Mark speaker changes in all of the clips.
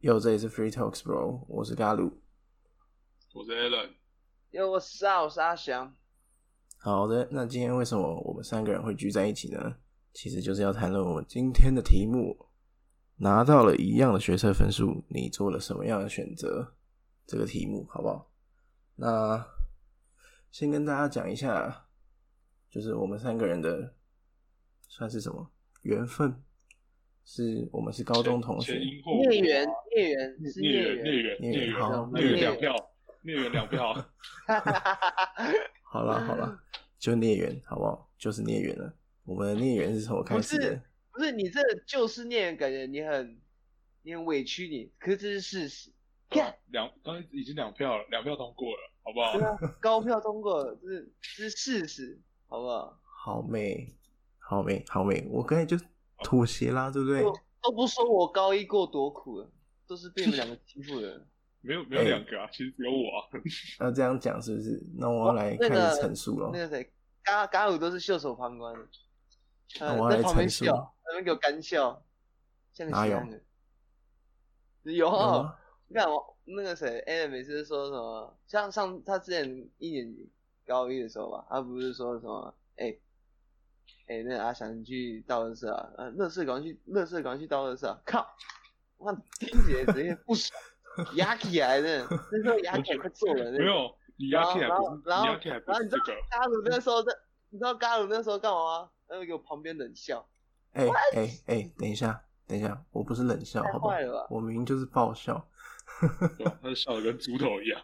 Speaker 1: 又这里是 Free Talks Bro，我是嘎鲁。
Speaker 2: 我是 Alan，
Speaker 3: 哟，我操，我是阿翔。
Speaker 1: 好的，那今天为什么我们三个人会聚在一起呢？其实就是要谈论我们今天的题目：拿到了一样的学测分数，你做了什么样的选择？这个题目好不好？那先跟大家讲一下，就是我们三个人的算是什么缘分？是我们是高中同学，
Speaker 2: 前前因后果
Speaker 3: 孽缘，孽缘是
Speaker 2: 孽缘，孽
Speaker 3: 缘。
Speaker 2: 缘，
Speaker 1: 哦孽缘好，
Speaker 2: 孽缘孽缘两票，孽缘两票，
Speaker 1: 好啦好啦，
Speaker 3: 嗯
Speaker 1: 就孽缘，好不好？就是孽缘了。我们的孽缘是从我开
Speaker 3: 不
Speaker 1: 始
Speaker 3: 是
Speaker 1: 的，
Speaker 3: 不是你这就是孽缘，感觉你很你很委屈你，可是这是事实。看
Speaker 2: 两刚已经两票了，两票通过了，好不好？
Speaker 3: 高票通过了，这是这是事实，好不好？
Speaker 1: 好美，好美，好美。我刚才就妥协啦，对不对？
Speaker 3: 我都不说我高一过多苦了，都是被你们两个欺 负的。
Speaker 2: 没有没有两
Speaker 1: 哎
Speaker 2: 个啊，其实只有我啊，
Speaker 1: 要这样讲是不是？那我要来开
Speaker 3: 哦那个
Speaker 1: 始陈述了
Speaker 3: 那。个谁，嘎嘎鲁都是袖手旁观的，
Speaker 1: 那
Speaker 3: 呃
Speaker 1: 我要
Speaker 3: 在
Speaker 1: 来
Speaker 3: 旁边
Speaker 1: 陈述
Speaker 3: 笑，在那边给我干笑，像个
Speaker 1: 哪
Speaker 3: 西
Speaker 1: 有
Speaker 3: 安人。有
Speaker 1: 有吗
Speaker 3: 你看我那个谁 a l 每次说什么，像上他之前一年级高一的时候吧，他不是说什么，哎、哎、那个阿翔你去倒垃圾啊，呃，乐色赶快去，乐色赶快去倒垃圾啊，靠！我听起来直接不爽，压起来的，那时候压起来快揍人了。
Speaker 2: 没有，你压起来不是，你
Speaker 3: 然后然后
Speaker 2: 压起来不是这个，
Speaker 3: 嘎鲁那时候在，你知道嘎鲁那时候干嘛吗？那个给我旁边冷笑，
Speaker 1: 哎哎哎，等一下，等一下，我不是冷笑，
Speaker 3: 太
Speaker 1: 好不好
Speaker 3: 坏了吧？
Speaker 1: 我明明就是爆笑。
Speaker 2: 对吧他笑的跟猪头一样，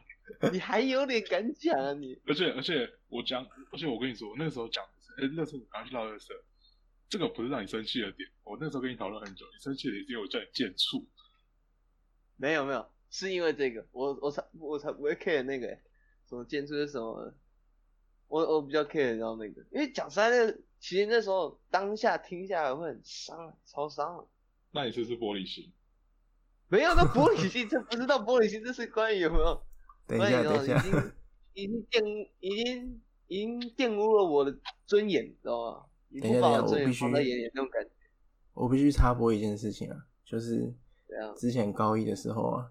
Speaker 3: 你还有脸敢讲啊你？
Speaker 2: 而且而且我讲，而且我跟你说，我那时候讲的是，哎，那时候我刚去到乐色，这个不是让你生气的点，我那时候跟你讨论很久，你生气的点是因为我叫你贱畜，
Speaker 3: 没有没有，是因为这个，我我才我才不会 care 那个、欸，什么建筑是什么，我我比较 care 到那个，因为讲实在的，其实那时候当下听下来会很伤啊，超伤啊。
Speaker 2: 那你是不是玻璃心？
Speaker 3: 没有，那玻璃心，这不是到玻璃心，这是关于有没有？
Speaker 1: 等一下，
Speaker 3: 关于
Speaker 1: 等
Speaker 3: 哦
Speaker 1: 一下，
Speaker 3: 已经已经玷已经已经玷污了我的尊严，你知道吗？你
Speaker 1: 等一
Speaker 3: 不
Speaker 1: 下
Speaker 3: 把
Speaker 1: 等一
Speaker 3: 我
Speaker 1: 下我
Speaker 3: 的尊严
Speaker 1: 必须
Speaker 3: 放在眼里那种感觉，
Speaker 1: 我必须插播一件事情啊，就是
Speaker 3: 怎样？
Speaker 1: 之前高一的时候啊，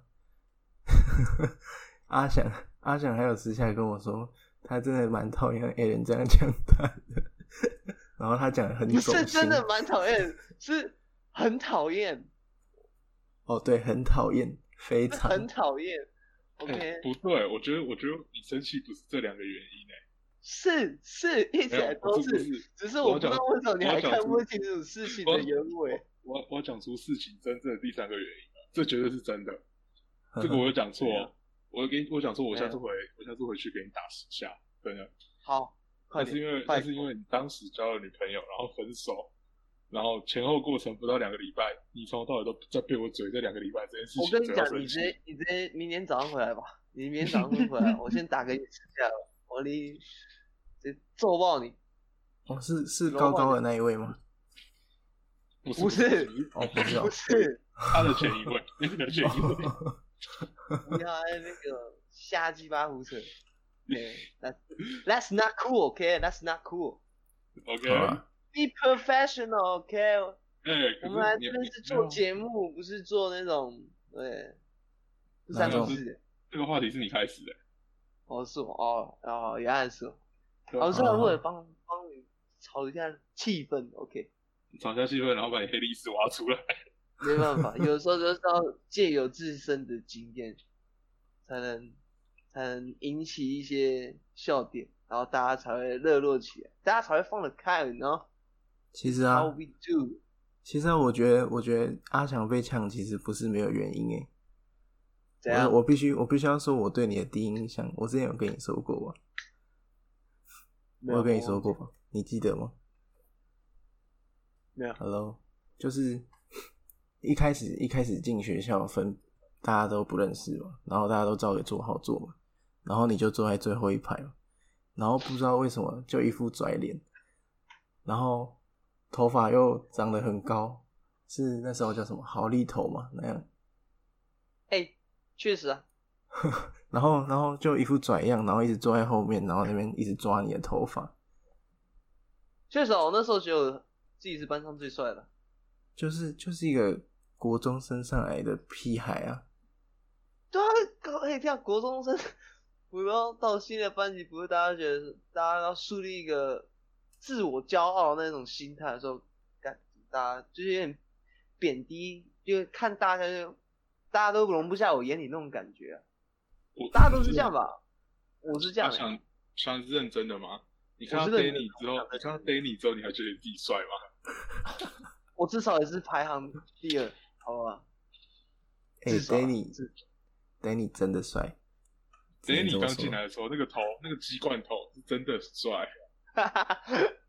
Speaker 1: 阿翔阿翔还有私下跟我说，他真的蛮讨厌 A 人这样讲他的， 然后他讲的很
Speaker 3: 不
Speaker 1: 走
Speaker 3: 是
Speaker 1: 心
Speaker 3: 真的蛮讨厌，是很讨厌，
Speaker 1: 哦，对，很讨厌，非
Speaker 3: 是
Speaker 1: 常
Speaker 3: 很讨厌。OK，
Speaker 2: 哎不对，我觉得我觉得你生气不是这两个原因诶，
Speaker 3: 是是，一起
Speaker 2: 没有
Speaker 3: 来都
Speaker 2: 不是不
Speaker 3: 是，
Speaker 2: 是。
Speaker 3: 只是我
Speaker 2: 我
Speaker 3: 不知
Speaker 2: 讲
Speaker 3: 道为什么你
Speaker 2: 我
Speaker 3: 还
Speaker 2: 讲
Speaker 3: 看
Speaker 2: 出
Speaker 3: 不清楚事情
Speaker 2: 我
Speaker 3: 的原委。
Speaker 2: 我我讲出事情真正的第三个原因了，这绝对是真的，
Speaker 1: 嗯呵呵
Speaker 2: 这个我有讲错
Speaker 3: 对啊
Speaker 2: 哦，我给你我讲错，我
Speaker 3: 对啊
Speaker 2: 下次回我下次回去给你打十下，真的，
Speaker 3: 好，快
Speaker 2: 那是
Speaker 3: 点，
Speaker 2: 因为
Speaker 3: 快
Speaker 2: 那
Speaker 3: 点
Speaker 2: 是因为你当时交了女朋友，然后分手，然后前后过程不到两个礼拜，你从头到尾都在被我嘴这两个礼拜这件事情，
Speaker 3: 我跟你
Speaker 2: 只要
Speaker 3: 讲，
Speaker 2: 生
Speaker 3: 你直
Speaker 2: 气
Speaker 3: 接你直接明天早上回来吧，你明天早上会回来，我先打给你吃下吧，我离直接揍爆你。
Speaker 1: 哦是是高高的那一位吗？
Speaker 2: 不
Speaker 3: 不是
Speaker 2: 是不
Speaker 1: 哦，不是哦
Speaker 3: 不，是，
Speaker 2: 他的前一位，那个前 一位，
Speaker 3: 不要在那个瞎鸡巴胡扯。对，that's that's not cool, OK? That's not cool.
Speaker 2: OK，
Speaker 1: 好啊
Speaker 3: Be professional, OK?
Speaker 2: 哎，
Speaker 3: 我
Speaker 2: 可
Speaker 3: 们来
Speaker 2: 是
Speaker 3: 这
Speaker 2: 你
Speaker 3: 边
Speaker 2: 你
Speaker 3: 是做节目，不是做那种对，不是
Speaker 1: 哪
Speaker 3: 三
Speaker 1: 种
Speaker 3: 明治。
Speaker 2: 这个话题是你开始的，
Speaker 3: 哦，是我哦，哦，原来是我。
Speaker 2: 对
Speaker 3: 老
Speaker 2: 吧
Speaker 3: 师
Speaker 1: 哦
Speaker 3: 为了帮帮你炒一下气氛，OK，
Speaker 2: 吵架气氛，然后把你黑历史挖出来。
Speaker 3: 没办 法，有时候就是要借由自身的经验，才能才能引起一些笑点，然后大家才会热络起来，大家才会放得开，你知道
Speaker 1: 其实
Speaker 3: ？How
Speaker 1: 啊，
Speaker 3: we do？
Speaker 1: 其实啊，我觉得我觉得阿翔被呛其实不是没有原因诶。
Speaker 3: 怎样？
Speaker 1: 我我必须我必须要说，我对你的第一印象，我之前有跟你说过吧？
Speaker 3: 没
Speaker 1: 我有
Speaker 3: 有
Speaker 1: 跟你说过吧？你记得吗
Speaker 3: 没有？
Speaker 1: ？Hello，就是一开始一开始进学校分，大家都不认识嘛，然后大家都照着坐好坐嘛，然后你就坐在最后一排嘛，然后不知道为什么就一副拽脸，然后头发又长得很高，是那时候叫什么好利头嘛那样，
Speaker 3: 哎，确实啊，
Speaker 1: 然后然后就一副拽样，然后一直坐在后面，然后那边一直抓你的头发，
Speaker 3: 确实啊，我那时候觉得我自己是班上最帅的，
Speaker 1: 就是就是一个国中升上来的屁孩啊，
Speaker 3: 对啊，搞哎，这样国中生，我刚到新的班级，不是大家觉得大家要树立一个自我骄傲的那种心态的时候，感大家就是有点贬低，就是看大家就大家都容不下我眼里那种感觉啊、
Speaker 2: 我
Speaker 3: 大家都是这样吧？我是这样、
Speaker 2: 阿
Speaker 3: 欸
Speaker 2: 翔，，想是认真的吗？你看
Speaker 3: 我
Speaker 2: 到
Speaker 3: 是
Speaker 2: Danny
Speaker 3: 认
Speaker 2: 之后，你看到 Danny 之后，你还觉得你自己帅吗？
Speaker 3: 我至少也是排行第二，好吧？
Speaker 1: 哎、d
Speaker 3: 至少啊
Speaker 1: a n n y
Speaker 3: 至
Speaker 1: Danny 真的帅。只能
Speaker 2: Danny
Speaker 1: 这么
Speaker 2: 刚
Speaker 1: 说
Speaker 2: 进来的时候，那个头，那个鸡冠头是真的帅。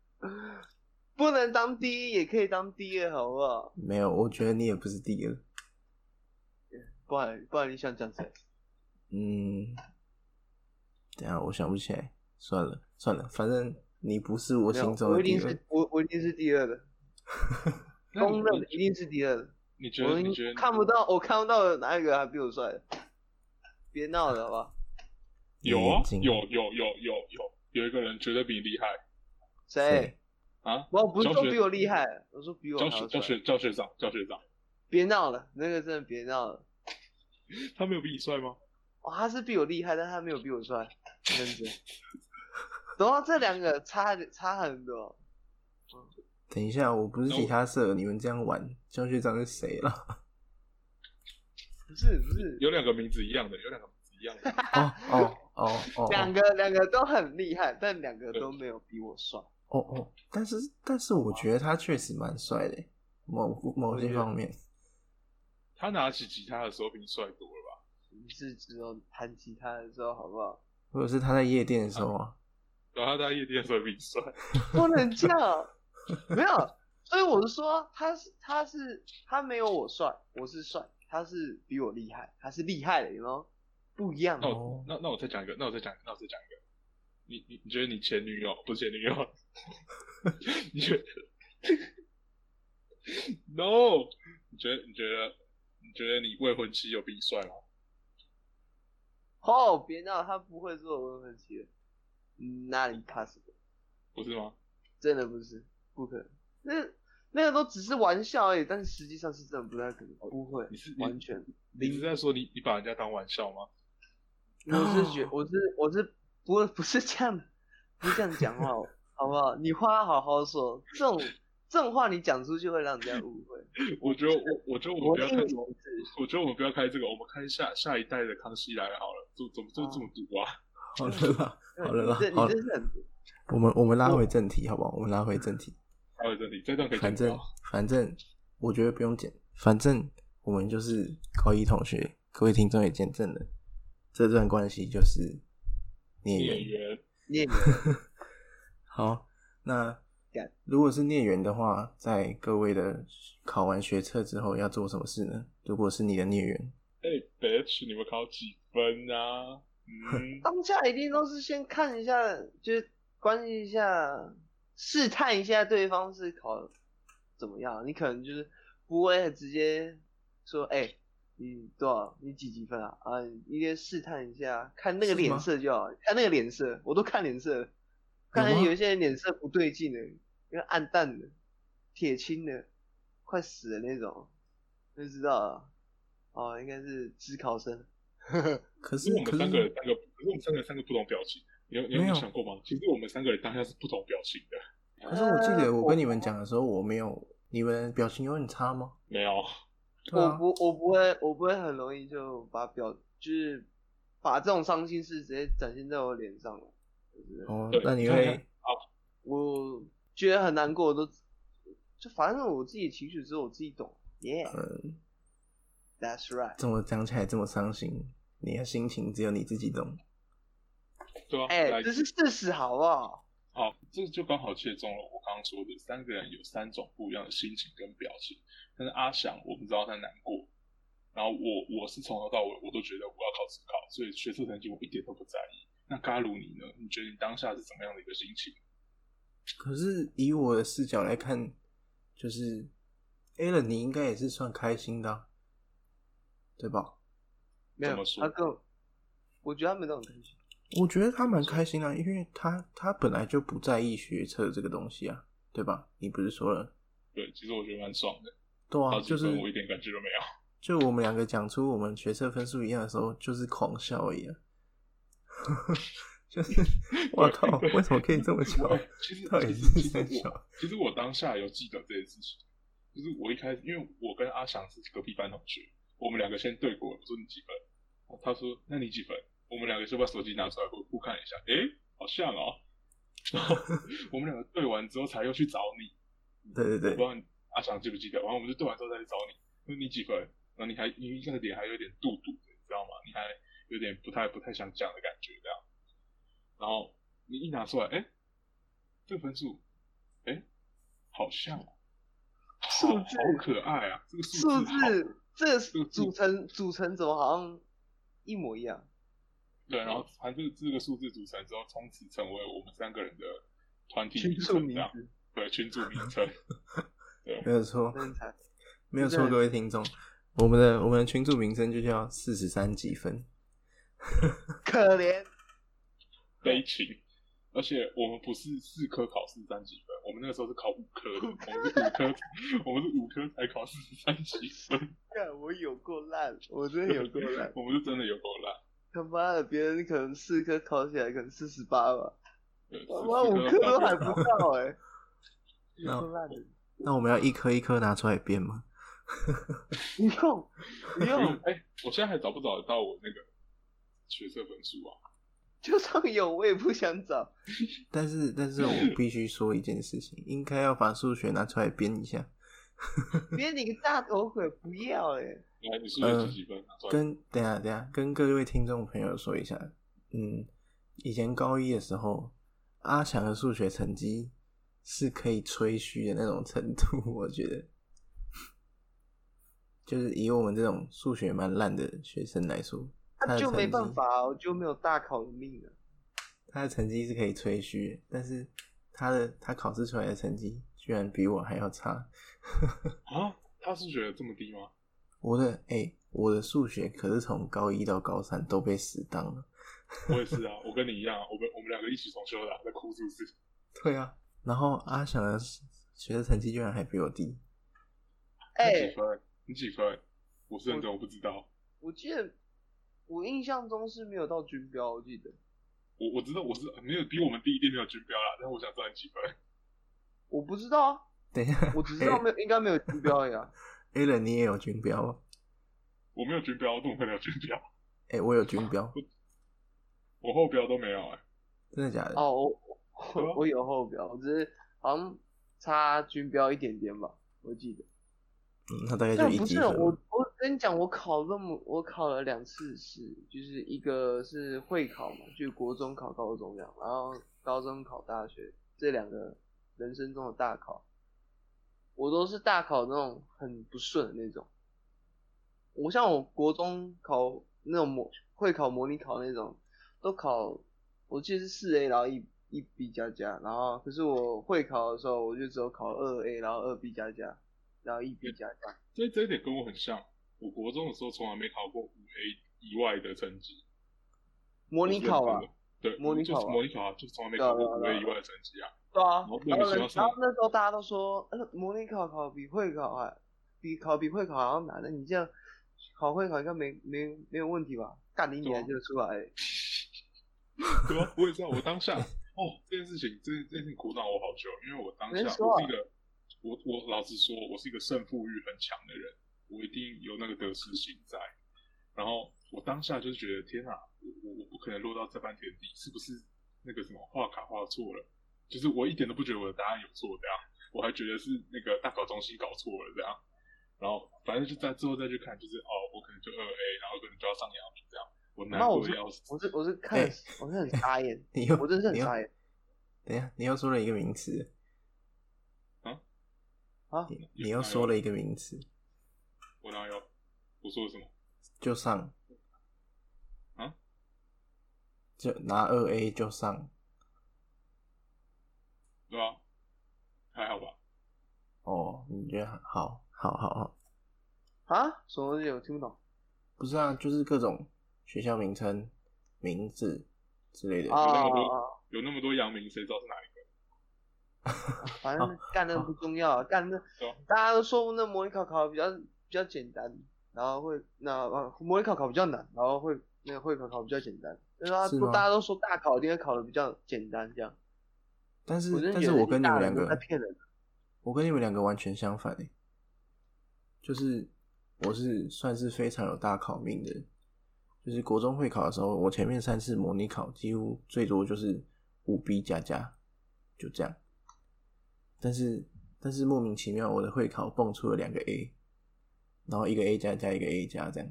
Speaker 3: 不能当第一，也可以当第二，好不好？
Speaker 1: 没有，我觉得你也不是第二。
Speaker 3: 不然不然你想讲谁？
Speaker 1: 嗯，等一下我想不起来，算了算了，反正你不是我
Speaker 3: 没有
Speaker 1: 心中
Speaker 3: 我
Speaker 1: 的
Speaker 3: 一
Speaker 1: 第
Speaker 3: 定
Speaker 1: 二
Speaker 3: 是。哎我我一定是第二的，
Speaker 2: 那你
Speaker 3: 公认的一定是第二的。
Speaker 2: 你觉
Speaker 3: 我
Speaker 2: 得
Speaker 3: 已
Speaker 2: 你
Speaker 3: 经
Speaker 2: 觉得
Speaker 3: 看不到，我看不到哪一个还比我帅的。别闹了，好吧？
Speaker 2: 有
Speaker 1: 你
Speaker 2: 啊
Speaker 1: 眼睛
Speaker 2: 有有有有有有一个人绝对比你厉害
Speaker 3: 谁？
Speaker 2: 啊！
Speaker 3: 我不是
Speaker 2: 教
Speaker 3: 说
Speaker 2: 学
Speaker 3: 比我厉害，我说比我
Speaker 2: 教
Speaker 3: 还
Speaker 2: 学
Speaker 3: 要
Speaker 2: 教
Speaker 3: 帅。
Speaker 2: 学教学长教学长，
Speaker 3: 别闹了，那个真的别闹了。
Speaker 2: 他没有比你帅吗？
Speaker 3: 哦，他是比我厉害，但他没有比我帅，认真。然后这两个差差很多，
Speaker 1: 等一下，我不是
Speaker 2: 那我
Speaker 1: 其他社，你们这样玩，教学长是谁 了？
Speaker 3: 不是不是，
Speaker 2: 有两个名字一样的，有两个名字一样 的。
Speaker 1: 哦哦哦哦，
Speaker 3: 两个两个都很厉害，但两个都没有比我帅。
Speaker 1: 哦哦，但是但是我觉得他确实蛮帅的，某某些方面。
Speaker 2: 他拿起吉他的时候比你帅多了吧？
Speaker 3: 你是只有弹吉他的时候好不好？
Speaker 1: 或者是他在夜店的时候啊，
Speaker 2: 然后他在夜店的时候比你帅，
Speaker 3: 不能这样，没有。所以我是说，他是他是他没有我帅，我是帅，他是比我厉害，他是厉害的，有没有？不一样
Speaker 2: 那
Speaker 1: 哦
Speaker 3: 的。
Speaker 2: 我那那我再讲一个，那我再讲一个，那我再讲一个。你你你觉得你前女友不是前女友？ 你觉得？No，你觉得你觉得你觉得你未婚妻有比你帅吗？
Speaker 3: 哦，别闹，他不会做未婚妻的，嗯哪里 possible？
Speaker 2: 不是吗？
Speaker 3: 真的不是，不可能。那那个都只是玩笑而已，但是实际上是真的不太可能，不会
Speaker 2: 哦你是，你
Speaker 3: 完全
Speaker 2: 你是
Speaker 3: 零。
Speaker 2: 在说你你把人家当玩笑吗？
Speaker 3: 我是
Speaker 1: 哦
Speaker 3: 觉，我是我是不不是这样，不是这样讲话，哦好不好？你话要好好说，这种这种话你讲出去会让人家误会。
Speaker 2: 我觉得我我觉得我们
Speaker 3: 我
Speaker 2: 不要
Speaker 3: 听
Speaker 2: 开
Speaker 3: 你
Speaker 2: 这，我觉得我们不要开这个，我们开下下一代的康熙来了好了，怎怎么就这么毒啊？
Speaker 1: 好了啦，好了啦
Speaker 3: 这，嗯你
Speaker 1: 好了
Speaker 3: 这，是很
Speaker 1: 我们我们拉回正题好不好？我们拉回正题，
Speaker 2: 还有这里这段可以
Speaker 1: 反
Speaker 2: 剪
Speaker 1: 正
Speaker 2: 掉。
Speaker 1: 反正我觉得不用剪，反正我们就是高一同学，各位听众也见证了这段关系就是孽
Speaker 2: 孽
Speaker 1: 缘。
Speaker 2: 缘，
Speaker 3: 孽缘，
Speaker 1: 好，那
Speaker 3: 干，
Speaker 1: 如果是孽缘的话，在各位的考完学测之后要做什么事呢？如果是你的孽缘，
Speaker 2: 哎、b i t c h 你们考几分啊？嗯
Speaker 3: 当下一定都是先看一下，就是关心一下，试探一下对方是考怎么样。你可能就是不会直接说，哎、你多少？你几几分啊？啊，你应该试探一下，看那
Speaker 1: 是
Speaker 3: 个
Speaker 1: 吗
Speaker 3: 脸色就好，看那个脸色，我都看脸色了。看
Speaker 1: 有
Speaker 3: 来
Speaker 1: 吗
Speaker 3: 有一些人脸色不对劲的，因为暗淡的、铁青的、快死的那种，就知道了。哦，应该是自考生。
Speaker 1: 可是
Speaker 2: 因为我
Speaker 1: 可
Speaker 2: 们三个人
Speaker 1: 是
Speaker 2: 三个，可是我们三个人三个不同表情，你有你
Speaker 1: 没有
Speaker 2: 有想过吗？其实我们三个人当下是不同表情的，
Speaker 1: 可是我记得
Speaker 3: 呃
Speaker 1: 我跟你们讲的时候，我没有你们表情有很差吗？
Speaker 2: 没有，
Speaker 1: 对
Speaker 3: 我
Speaker 1: 啊，
Speaker 3: 不，我不会，我不会很容易就把表，就是把这种伤心事直接展现在我脸上了。就是
Speaker 1: 哦
Speaker 2: 对，啊
Speaker 1: 那你
Speaker 2: 看
Speaker 1: 会
Speaker 2: 看
Speaker 3: 我觉得很难过，我都就反正我自己情绪只有我自己懂。Yeah,
Speaker 1: 嗯，
Speaker 3: that's right。
Speaker 1: 这么讲起来这么伤心，你的心情只有你自己懂。
Speaker 2: 对吧、
Speaker 3: 哎、
Speaker 2: 来
Speaker 3: 这是事实，好不好？
Speaker 2: 好，这就刚好切中了我刚刚说的，三个人有三种不一样的心情跟表情。但是阿翔，我不知道他难过，然后我我是从头到尾我都觉得我要考自考，所以学测成绩我一点都不在意。那嘎鲁你呢？你觉得你当下是怎么样的一个心情？
Speaker 1: 可是以我的视角来看，就是 a l a n 你应该也是算开心的啊、对吧？
Speaker 3: 没有
Speaker 2: 怎么，说
Speaker 3: 他跟我，我觉得他们都很开心。
Speaker 1: 我觉得他蛮开心的啊、因为他他本来就不在意学测这个东西啊，对吧？你不是说了？
Speaker 2: 对，其实我觉得蛮爽的。
Speaker 1: 对对啊，
Speaker 2: 好几
Speaker 1: 就
Speaker 2: 分
Speaker 1: 是
Speaker 2: 我一点感觉都没有。
Speaker 1: 就我们两个讲出我们学测分数一样的时候，就是狂笑一样， 就是我靠，为什么可以这么巧？
Speaker 2: 我 其实
Speaker 1: 到底
Speaker 2: 其
Speaker 1: 是
Speaker 2: 实其实
Speaker 1: 三
Speaker 2: 我
Speaker 1: 小？
Speaker 2: 其实我当下有记得这件事情，就是我一开始因为我跟阿翔是隔壁班同学，我们两个先对过，我说你几分，哦他说那你几分，我们两个就把手机拿出来互互看一下，诶、好像哦， 然后我们两个对完之后才又去找你，
Speaker 1: 对对
Speaker 2: 我不知
Speaker 1: 对，
Speaker 2: 道你阿翔记不记得，然后我们就对完之后再去找你，说你几分，然后你还你那个脸还有点肚肚的，你知道吗？你还有点不太不太想讲的感觉这样。然后你一拿出来，哎、这个分数，哎、好像哦，
Speaker 3: 数
Speaker 2: 好
Speaker 3: 字
Speaker 2: 好可爱啊，这个数
Speaker 3: 数
Speaker 2: 字好
Speaker 3: 字这个
Speaker 2: 数字
Speaker 3: 组成组成怎么好像一模一样？
Speaker 2: 对，然后反正这个数字组成之后，从此成为我们三个人的团体
Speaker 3: 群
Speaker 2: 名
Speaker 3: 数
Speaker 2: 称，
Speaker 3: 名
Speaker 2: 这样
Speaker 3: 字，
Speaker 2: 对群组名称，
Speaker 1: 没有错，
Speaker 3: 真的才
Speaker 1: 没有错，各位听众，我们的我们的群主名称就叫四十三几分，
Speaker 3: 可怜。
Speaker 2: 悲情。而且我们不是四科考四十三几分，我们那个时候是考五科的，我们是五科，我们是五科才考四十三几分，。
Speaker 3: 看我有够烂，我真的有够烂
Speaker 2: 我们是真的有够烂。
Speaker 3: 他妈的，别人可能四科考起来可能四十八吧，
Speaker 2: 对，
Speaker 3: 他
Speaker 2: 四
Speaker 3: 妈五
Speaker 2: 四
Speaker 3: 科
Speaker 2: 科
Speaker 3: 都
Speaker 2: 考
Speaker 3: 还不到哎、欸，有
Speaker 1: 那
Speaker 3: 够烂的。
Speaker 1: 那我们要一颗一颗拿出来编吗？
Speaker 3: 不用，不
Speaker 2: 不用
Speaker 3: 用，
Speaker 2: 哎、我现在还找不找得到我那个学测分数啊？
Speaker 3: 就算有我也不想找。
Speaker 1: 但是但 是我必须说一件事情，应该要把数学拿出来编一下，
Speaker 3: 别你个大头鬼，不要哎、
Speaker 2: 来，你数学几几分？啊拿出来
Speaker 1: 跟等一下等一下跟各位听众朋友说一下，嗯，以前高一的时候，阿翔的数学成绩是可以吹嘘的那种程度， 我觉得，就是以我们这种数学蛮烂的学生来说，他
Speaker 3: 那
Speaker 1: 的
Speaker 3: 就没
Speaker 1: 成绩
Speaker 3: 办法啊，我就没有大考的命了。
Speaker 1: 他的成绩是可以吹嘘，但是他的他考试出来的成绩居然比我还要差。
Speaker 2: 啊，他数学这么低吗？
Speaker 1: 我的哎、我的数学可是从高一到高三都被死当了。
Speaker 2: 我也是啊，我跟你一样啊，我们我们两个一起重修的啊、在哭是不是？
Speaker 1: 对啊，然后阿翔的学的成绩居然还比我低。
Speaker 3: 哎、
Speaker 2: 你几分？你几分？我是认真，我不知道。
Speaker 3: 我记得我印象中是没有到军标，我记得
Speaker 2: 我我知道我是没有比我们低一定没有军标啦，但我想知道你几分。
Speaker 3: 我不知道啊，
Speaker 1: 等一下，
Speaker 3: 我只知道没有，应该没有军标呀、
Speaker 1: a l a n 你也有军标哦？
Speaker 2: 我没有军标，我怎么会有军标？
Speaker 1: 哎、我有军标，
Speaker 2: 我后标都没有哎、
Speaker 1: 真的假的？
Speaker 3: 哦，我我我有后标，我只是好像差军标一点点吧，我记得。
Speaker 1: 嗯，那大概就
Speaker 3: 但
Speaker 1: 一
Speaker 3: 不
Speaker 1: 级
Speaker 3: 是
Speaker 1: 分
Speaker 3: 我
Speaker 1: 吧。，
Speaker 3: 我跟你讲，我考那么，我考了两次试，就是一个是会考嘛，就国中考高中这样，然后高中考大学，这两个人生中的大考，我都是大考那种很不顺的那种。我像我国中考那种模会考模拟考那种，都考我记得是四 A，然后一一 B 加加，然后可是我会考的时候，我就只有考二 A，然后二 B 加加，然后一 B 加加。
Speaker 2: 这这一点跟我很像。我国中的时候从来没考过五 A 以外的成绩。
Speaker 3: 模拟考啊
Speaker 2: 我是，认真的，对，
Speaker 3: 模拟考啊
Speaker 2: 就是模拟考啊，就从来没考过五 A 以外的成绩啊。
Speaker 3: 对啊
Speaker 2: 然后，
Speaker 3: 然后
Speaker 2: 莫名
Speaker 3: 人
Speaker 2: 其妙
Speaker 3: 然
Speaker 2: 上
Speaker 3: 后那时候大家都说，呃，模拟考考比会考还比考比会考还要难那你这样考会考应该没没没有问题吧？干你
Speaker 2: 对啊
Speaker 3: 娘就出来，
Speaker 2: 对啊，我也知道，我当下哦，这件事情，这这件事情苦恼我好久，因为我当下
Speaker 3: 没错啊
Speaker 2: 我是一个，我我老实说，我是一个胜负欲很强的人，我一定有那个得失心在。然后我当下就觉得，天啊，我我我不可能落到这般田地，是不是那个什么画卡画错了？就是我一点都不觉得我的答案有错，这样，我还觉得是那个大考中心搞错了这样。然后反正就在之后再去看，就是哦，我可能就二 A，然后可能就要上阳明这样，我难
Speaker 3: 那我
Speaker 2: 过
Speaker 3: 是
Speaker 2: 的要死。
Speaker 3: 我是我是看
Speaker 1: 哎
Speaker 3: 我是很傻眼，
Speaker 1: 你又
Speaker 3: 我真的是很
Speaker 1: 你又
Speaker 3: 傻眼
Speaker 1: 等一下，你又说了一个名词，
Speaker 3: 啊！
Speaker 1: 你你又说了一个名词，
Speaker 2: 我哪有？我说了什么？
Speaker 1: 就上
Speaker 3: 嗯
Speaker 2: 啊，
Speaker 1: 就拿二 A 就上
Speaker 2: 对啊，还好吧。
Speaker 1: 哦，你觉得好，好，好，好。
Speaker 3: 啊，什么东西我听不懂
Speaker 1: 不是啊，就是各种学校名称、名字之类的。
Speaker 3: 啊
Speaker 2: 那
Speaker 3: 啊
Speaker 2: 么多
Speaker 3: 啊！
Speaker 2: 有那么多阳明，谁知道是哪一个？
Speaker 3: 反正干那不重要，干那
Speaker 1: 哦
Speaker 2: 对啊
Speaker 3: 大家都说那模拟考考得比较比较简单，然后会那呃模拟考考比较难，然后会那个会考考比较简单，就是大
Speaker 1: 是
Speaker 3: 家
Speaker 1: 吗
Speaker 3: 都大家都说大考一定会考的比较简单这样。
Speaker 1: 但
Speaker 3: 我
Speaker 1: 是
Speaker 3: 真的
Speaker 1: 但
Speaker 3: 觉
Speaker 1: 是
Speaker 3: 得
Speaker 1: 我跟你
Speaker 3: 大
Speaker 1: 们
Speaker 3: 人
Speaker 1: 两
Speaker 3: 都
Speaker 1: 个，
Speaker 3: 在骗人，
Speaker 1: 我跟你们两个完全相反诶、就是我是算是非常有大考命的，就是国中会考的时候，我前面三次模拟考几乎最多就是五 B 加加，就这样。但是但是莫名其妙，我的会考蹦出了两个 A，然后一个 A 加加一个 A 加这样，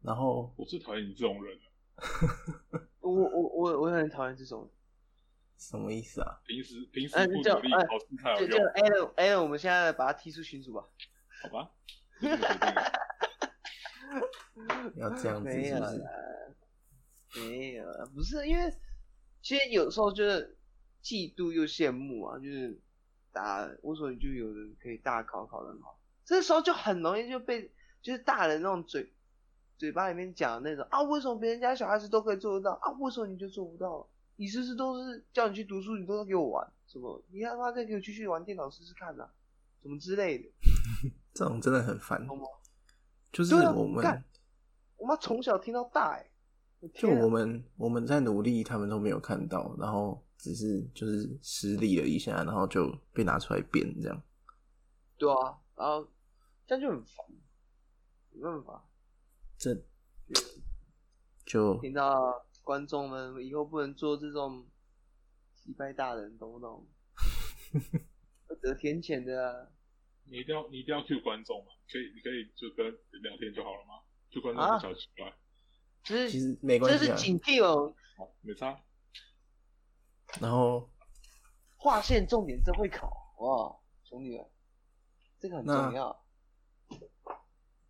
Speaker 1: 然后
Speaker 2: 我最讨厌你这种人了，
Speaker 3: 我我我我很讨厌这种，
Speaker 1: 什么意思啊？
Speaker 2: 平时平时
Speaker 3: 哎
Speaker 2: 不努
Speaker 3: 这
Speaker 2: 力，
Speaker 3: 哎
Speaker 2: 考试才有
Speaker 3: 就就
Speaker 2: 用，
Speaker 3: a l a l 我们现在把他踢出群组吧。
Speaker 2: 好吧？这是我决定的
Speaker 1: 要这样子
Speaker 3: 没
Speaker 1: 是
Speaker 3: 有
Speaker 1: 不
Speaker 3: 啦
Speaker 1: 是？，
Speaker 3: 没有啦，不是因为其实有时候就是嫉妒又羡慕啊，就是打为什么就有人可以大考考得很好，这时候就很容易就被就是大人那种嘴嘴巴里面讲的那种啊，为什么别人家小孩子都可以做得到啊，为什么你就做不到？你是不是都是叫你去读书，你都在给我玩什么？你他妈再给我继续玩电脑试试看呐、啊，什么之类的。
Speaker 1: 这种真的很烦
Speaker 3: 懂吗，
Speaker 1: 就是
Speaker 3: 对啊
Speaker 1: 我们。
Speaker 3: 干我妈从小听到大哎、我
Speaker 1: 就
Speaker 3: 天啊
Speaker 1: 我们我们在努力，他们都没有看到，然后只是就是失利了一下，然后就被拿出来编这样。
Speaker 3: 对啊，然后这样就很烦，没办法。
Speaker 1: 这就
Speaker 3: 听到观众们以后不能做这种击败大人，懂不懂？会得天谴的啊
Speaker 2: 你一定要你一定要 Q 观众嘛？可以你可以就跟聊天就好了吗？Q 观众
Speaker 3: 啊
Speaker 2: 很小奇怪，
Speaker 3: 就是
Speaker 1: 其实没
Speaker 3: 这
Speaker 1: 关系
Speaker 3: 是
Speaker 1: 啊。
Speaker 3: 警惕哦，
Speaker 2: 好，没差。
Speaker 1: 然后
Speaker 3: 划线重点真会考哦哇，兄弟们，这个很
Speaker 1: 那
Speaker 3: 重要。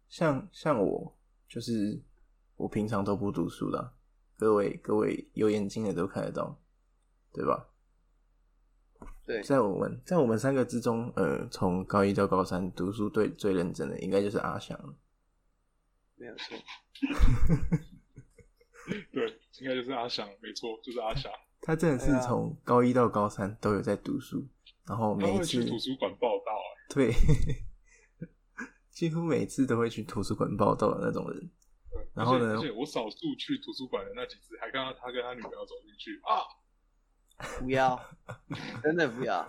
Speaker 1: 像像我就是我平常都不读书的啊、各位各位有眼睛的都看得到，对吧？
Speaker 3: 对，
Speaker 1: 在我们在我们三个之中，呃，从高一到高三读书最最认真的应该就是阿翔了。
Speaker 3: 没有错。
Speaker 2: 对，应该就是阿翔，没错，就是阿翔。
Speaker 1: 他真的是
Speaker 3: 对啊
Speaker 1: 从高一到高三都有在读书，然后
Speaker 2: 他
Speaker 1: 每一
Speaker 2: 会去
Speaker 1: 次
Speaker 2: 图书馆报道、欸，
Speaker 1: 对，几乎每次都会去图书馆报道的那种人。
Speaker 2: 对
Speaker 1: 然后呢
Speaker 2: 而且而且我少数去图书馆的那几次，还看到他跟他女朋友走进去啊，
Speaker 3: 不要，真的不要，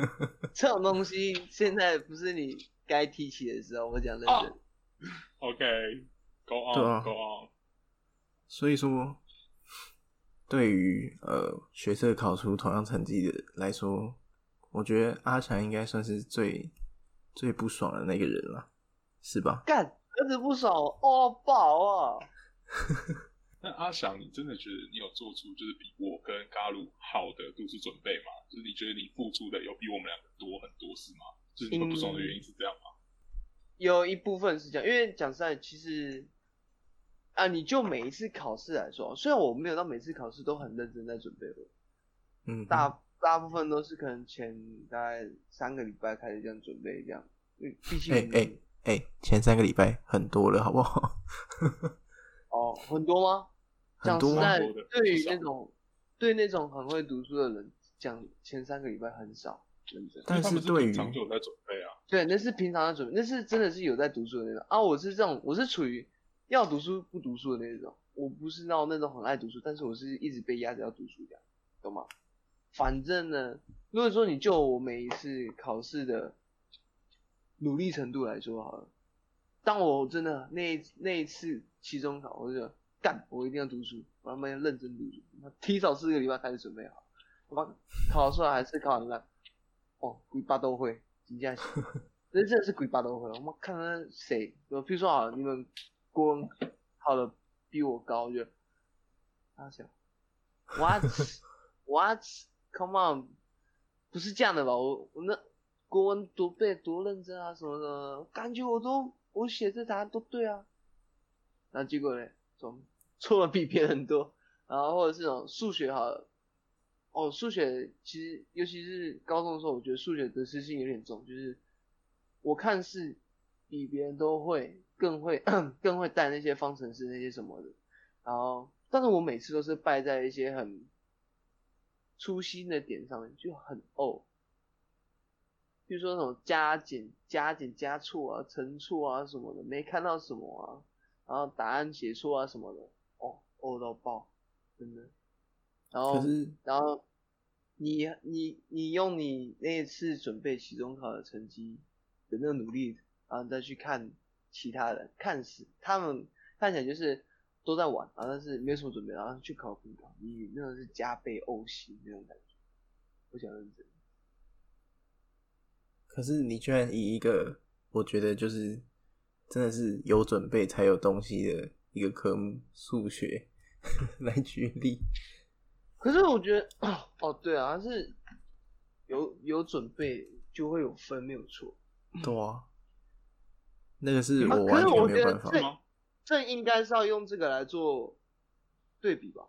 Speaker 3: 这种东西现在不是你该提起的时候。我讲认真，
Speaker 1: 哦
Speaker 2: OK，Go
Speaker 1: 对啊
Speaker 2: on，Go on，
Speaker 1: 所以说，对于呃学测考出同样成绩的来说，我觉得阿强应该算是最最不爽的那个人了，是吧？
Speaker 3: 干儿子不爽哦，爆啊！
Speaker 2: 那阿翔，你真的觉得你有做出就是比我跟嘎鲁好的读书准备吗？就是你觉得你付出的有比我们两个多很多是吗？就是你们不爽的原因是这样
Speaker 1: 嗯
Speaker 2: 吗？
Speaker 3: 有一部分是这样，因为讲实在，其实啊，你就每一次考试来说，虽然我没有到每次考试都很认真在准备，
Speaker 1: 嗯，
Speaker 3: 大大部分都是可能前大概三个礼拜开始这样准备，这样，因为毕竟
Speaker 1: 哎哎哎，前三个礼拜很多了，好不好？
Speaker 3: 哦，很多吗？
Speaker 1: 很
Speaker 3: 讲
Speaker 1: 多
Speaker 3: 实
Speaker 1: 吗
Speaker 3: 在，
Speaker 2: 很多的
Speaker 3: 对于
Speaker 2: 至少
Speaker 3: 那种对那种很会读书的人，讲前三个礼拜很少，认真。
Speaker 1: 但
Speaker 2: 因为他们
Speaker 1: 是对于
Speaker 2: 平常就有在准备啊，
Speaker 3: 对，那是平常的准备，那是真的是有在读书的那种啊。我是这种，我是处于要读书不读书的那种，我不是那种那种很爱读书，但是我是一直被压着要读书这样，懂吗？反正呢，如果说你就我每一次考试的努力程度来说好了，当我真的那一那一次期中考，我就觉得干，我一定要读书，我他妈要认真读书，他妈提早四个礼拜开始准备好，他妈考出来还是考很烂，哦，鬼八都会，真正是，这真的是鬼八都会。我们看看谁，我譬如说好了，你们国文考的比我高，我就大小，what what come on，不是这样的吧？我我那国文多背多认真啊什么的，感觉我都我写这答案都对啊，然后结果嘞，错错的比别人多，然后或者是那种数学好了。哦，数学其实尤其是高中的时候，我觉得数学得失心有点重，就是我看是比别人都会，更会 更会带那些方程式那些什么的，然后但是我每次都是败在一些很粗心的点上面就很呕。比如说那种加减、加减、加错啊、乘错啊什么的，没看到什么啊，然后答案写错啊什么的，哦，呕到爆，真的。然后
Speaker 1: 可是
Speaker 3: 然后你你你用你那次准备期中考的成绩的那个努力，然后你再去看其他人，看似他们看起来就是都在玩，然后但是没什么准备，然后去考普考，你那个是加倍呕心那种感觉。我想认真，
Speaker 1: 可是你居然以一个我觉得就是真的是有准备才有东西的一个科目数学 来举例，
Speaker 3: 可是我觉得 哦对啊，它是有有准备就会有分，没有错。
Speaker 1: 对啊，那个是
Speaker 3: 嗯啊
Speaker 1: 我
Speaker 3: 可
Speaker 1: 完
Speaker 3: 是
Speaker 1: 全
Speaker 3: 我
Speaker 1: 没
Speaker 3: 觉
Speaker 1: 有
Speaker 3: 得
Speaker 1: 办法
Speaker 3: 这。
Speaker 2: 吗
Speaker 3: 这应该是要用这个来做对比吧？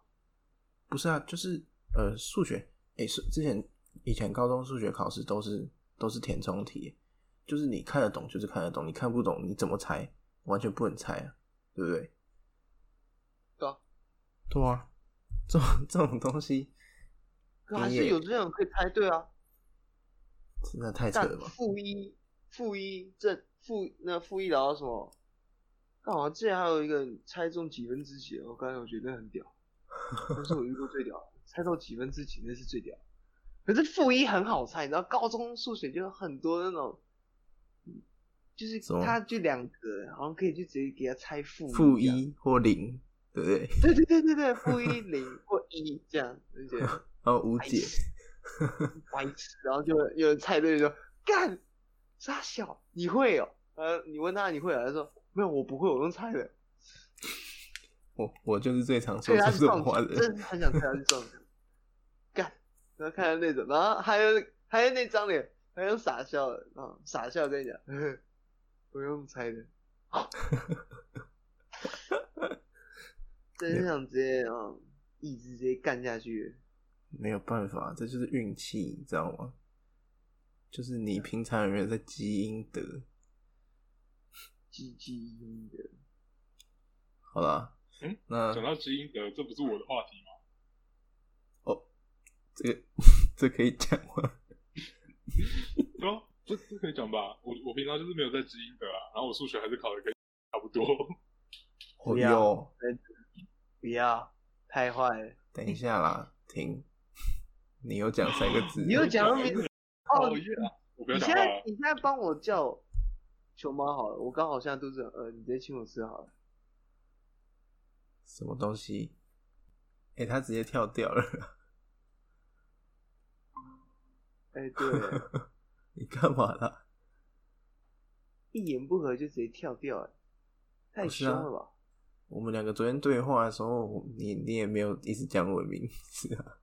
Speaker 1: 不是啊，就是呃，数学，诶、是之前以前高中数学考试都是都是填充题，就是你看得懂就是看得懂，你看不懂你怎么猜，完全不能猜啊，对不对？
Speaker 3: 对啊，
Speaker 1: 对啊，这种这种东西
Speaker 3: 可还
Speaker 1: 你
Speaker 3: 是
Speaker 1: 也
Speaker 3: 有这种可以猜对啊。
Speaker 1: 真的太扯
Speaker 3: 但
Speaker 1: 了吧？
Speaker 3: 负一负一这负那负一聊到什么？干嘛？之前还有一个猜中几分之几，我刚才我觉得很屌，那是我遇过最屌的，猜中几分之几那是最屌。可是负一很好猜，你知道高中数学就有很多那种，就是
Speaker 1: 什么
Speaker 3: 它就两个，好像可以就直接给它猜负
Speaker 1: 负
Speaker 3: 这样，
Speaker 1: 一或零，对不对？
Speaker 3: 对对对对对，负一零或一这样，就觉得
Speaker 1: 然后无
Speaker 3: 哎
Speaker 1: 解，
Speaker 3: 白痴，然后就有人猜对就说干傻小，你会哦？呃，你问他你会啊？他说没有，我不会，我用猜的。
Speaker 1: 我我就是最常
Speaker 3: 所
Speaker 1: 说
Speaker 3: 以他
Speaker 1: 出
Speaker 3: 是
Speaker 1: 这
Speaker 3: 撞
Speaker 1: 种话
Speaker 3: 墙，
Speaker 1: 的人。
Speaker 3: 真的很想猜他是撞墙。干，然后看他那种，然后还有还有那张脸，还有傻笑的，啊，傻笑跟你讲， 呵呵我用猜的。真是想直接啊，一直直接干下去。
Speaker 1: 没有办法，这就是运气，你知道吗？就是
Speaker 3: 嗯
Speaker 1: 你平常有没有在基因得？
Speaker 3: 唧唧嘤的，
Speaker 1: 好啦，
Speaker 2: 嗯，
Speaker 1: 那
Speaker 2: 讲到基因德，这不是我的话题吗？
Speaker 1: 哦，这个 这可以讲吗？
Speaker 2: 对啊，这这可以讲吧？我我平常就是没有在基因德啊，然后我数学还是考的跟 差不多。
Speaker 1: 哦
Speaker 3: 要
Speaker 1: 哟，
Speaker 3: 不要太坏了。
Speaker 1: 等一下啦，停，你又讲三个字，
Speaker 3: 你又讲到名字
Speaker 2: 讨
Speaker 3: 哦，
Speaker 2: 厌啊！我不要
Speaker 3: 你
Speaker 2: 讲
Speaker 3: 现
Speaker 2: 话
Speaker 3: 在
Speaker 2: 了，
Speaker 3: 你现在帮我叫熊猫好了，我刚好现在肚子很饿，你直接请我吃好了。
Speaker 1: 什么东西？哎、他直接跳掉了，
Speaker 3: 哎、对，
Speaker 1: 你干嘛啦？
Speaker 3: 一言不合就直接跳掉、哎，太
Speaker 1: 不是
Speaker 3: 凶
Speaker 1: 啊
Speaker 3: 了吧？
Speaker 1: 我们两个昨天对话的时候，你你也没有一直讲我的名字啊。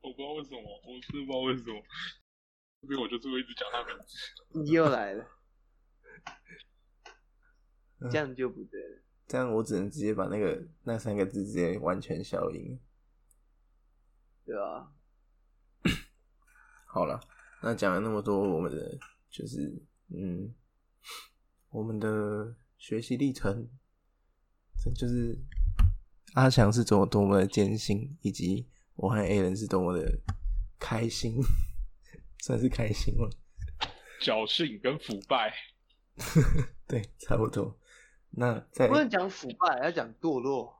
Speaker 2: 我不知道为什么，我真的不知道为什么，这边我就是会一直讲他名字。
Speaker 3: 你又来了，
Speaker 1: 嗯
Speaker 3: 这样就不对了。
Speaker 1: 这样我只能直接把那个那三个字直接完全消音。
Speaker 3: 对吧？
Speaker 1: 好了，那讲了那么多，我们的就是嗯，我们的学习历程，这就是阿翔是多多么的艰辛，以及我和 A 人是多么的开心， 算是开心吗？
Speaker 2: 侥幸跟腐败，
Speaker 1: 对，差不多。那在
Speaker 3: 不能讲腐败，要讲堕落。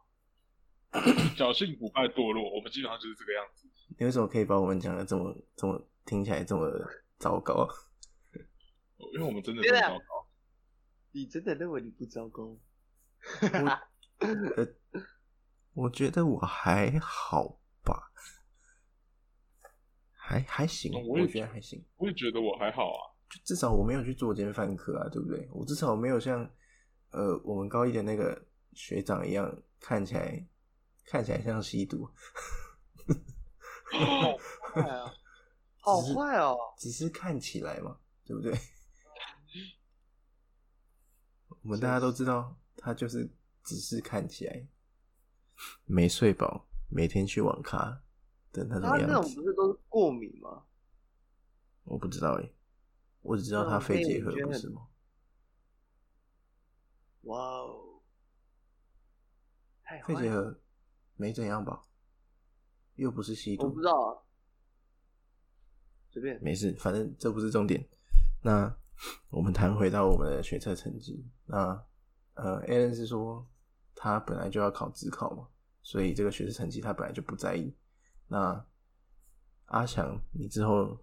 Speaker 2: 侥幸、腐败、堕落，我们基本上就是这个样子。
Speaker 1: 你为什么可以把我们讲的这么这么听起来这么糟糕？啊
Speaker 2: 因为我们真的这么
Speaker 3: 啊
Speaker 2: 糟糕。
Speaker 3: 你真的认为你不糟糕？
Speaker 1: 我觉得我还好吧，还还行，
Speaker 2: 嗯我
Speaker 1: 我
Speaker 2: 也
Speaker 1: 觉
Speaker 2: 觉
Speaker 1: 得
Speaker 2: 得
Speaker 1: 还行。
Speaker 2: 我也觉得我还好啊，
Speaker 1: 就至少我没有去作奸犯科啊，对不对？我至少没有像呃我们高一的那个学长一样，看起来看起来像吸毒，
Speaker 3: 好坏 啊！好坏哦！
Speaker 1: 只是看起来嘛，对不对？ 我们大家都知道，他就是只是看起来没睡饱，每天去网咖的那
Speaker 3: 他
Speaker 1: 种
Speaker 3: 啊那
Speaker 1: 样
Speaker 3: 种
Speaker 1: 子。
Speaker 3: 不是都是过敏吗？
Speaker 1: 我不知道哎、我只知
Speaker 3: 嗯
Speaker 1: 道他肺结核不是吗？
Speaker 3: 哇哦，太坏
Speaker 1: 肺
Speaker 3: 了
Speaker 1: 结核没怎样吧？又不是吸
Speaker 3: 我
Speaker 1: 毒
Speaker 3: 不，知道啊，随便。
Speaker 1: 没事，反正这不是重点。那我们谈回到我们的学测成绩，那呃 a l a n 是说他本来就要考职考嘛，所以这个学测成绩他本来就不在意。那阿翔，你之后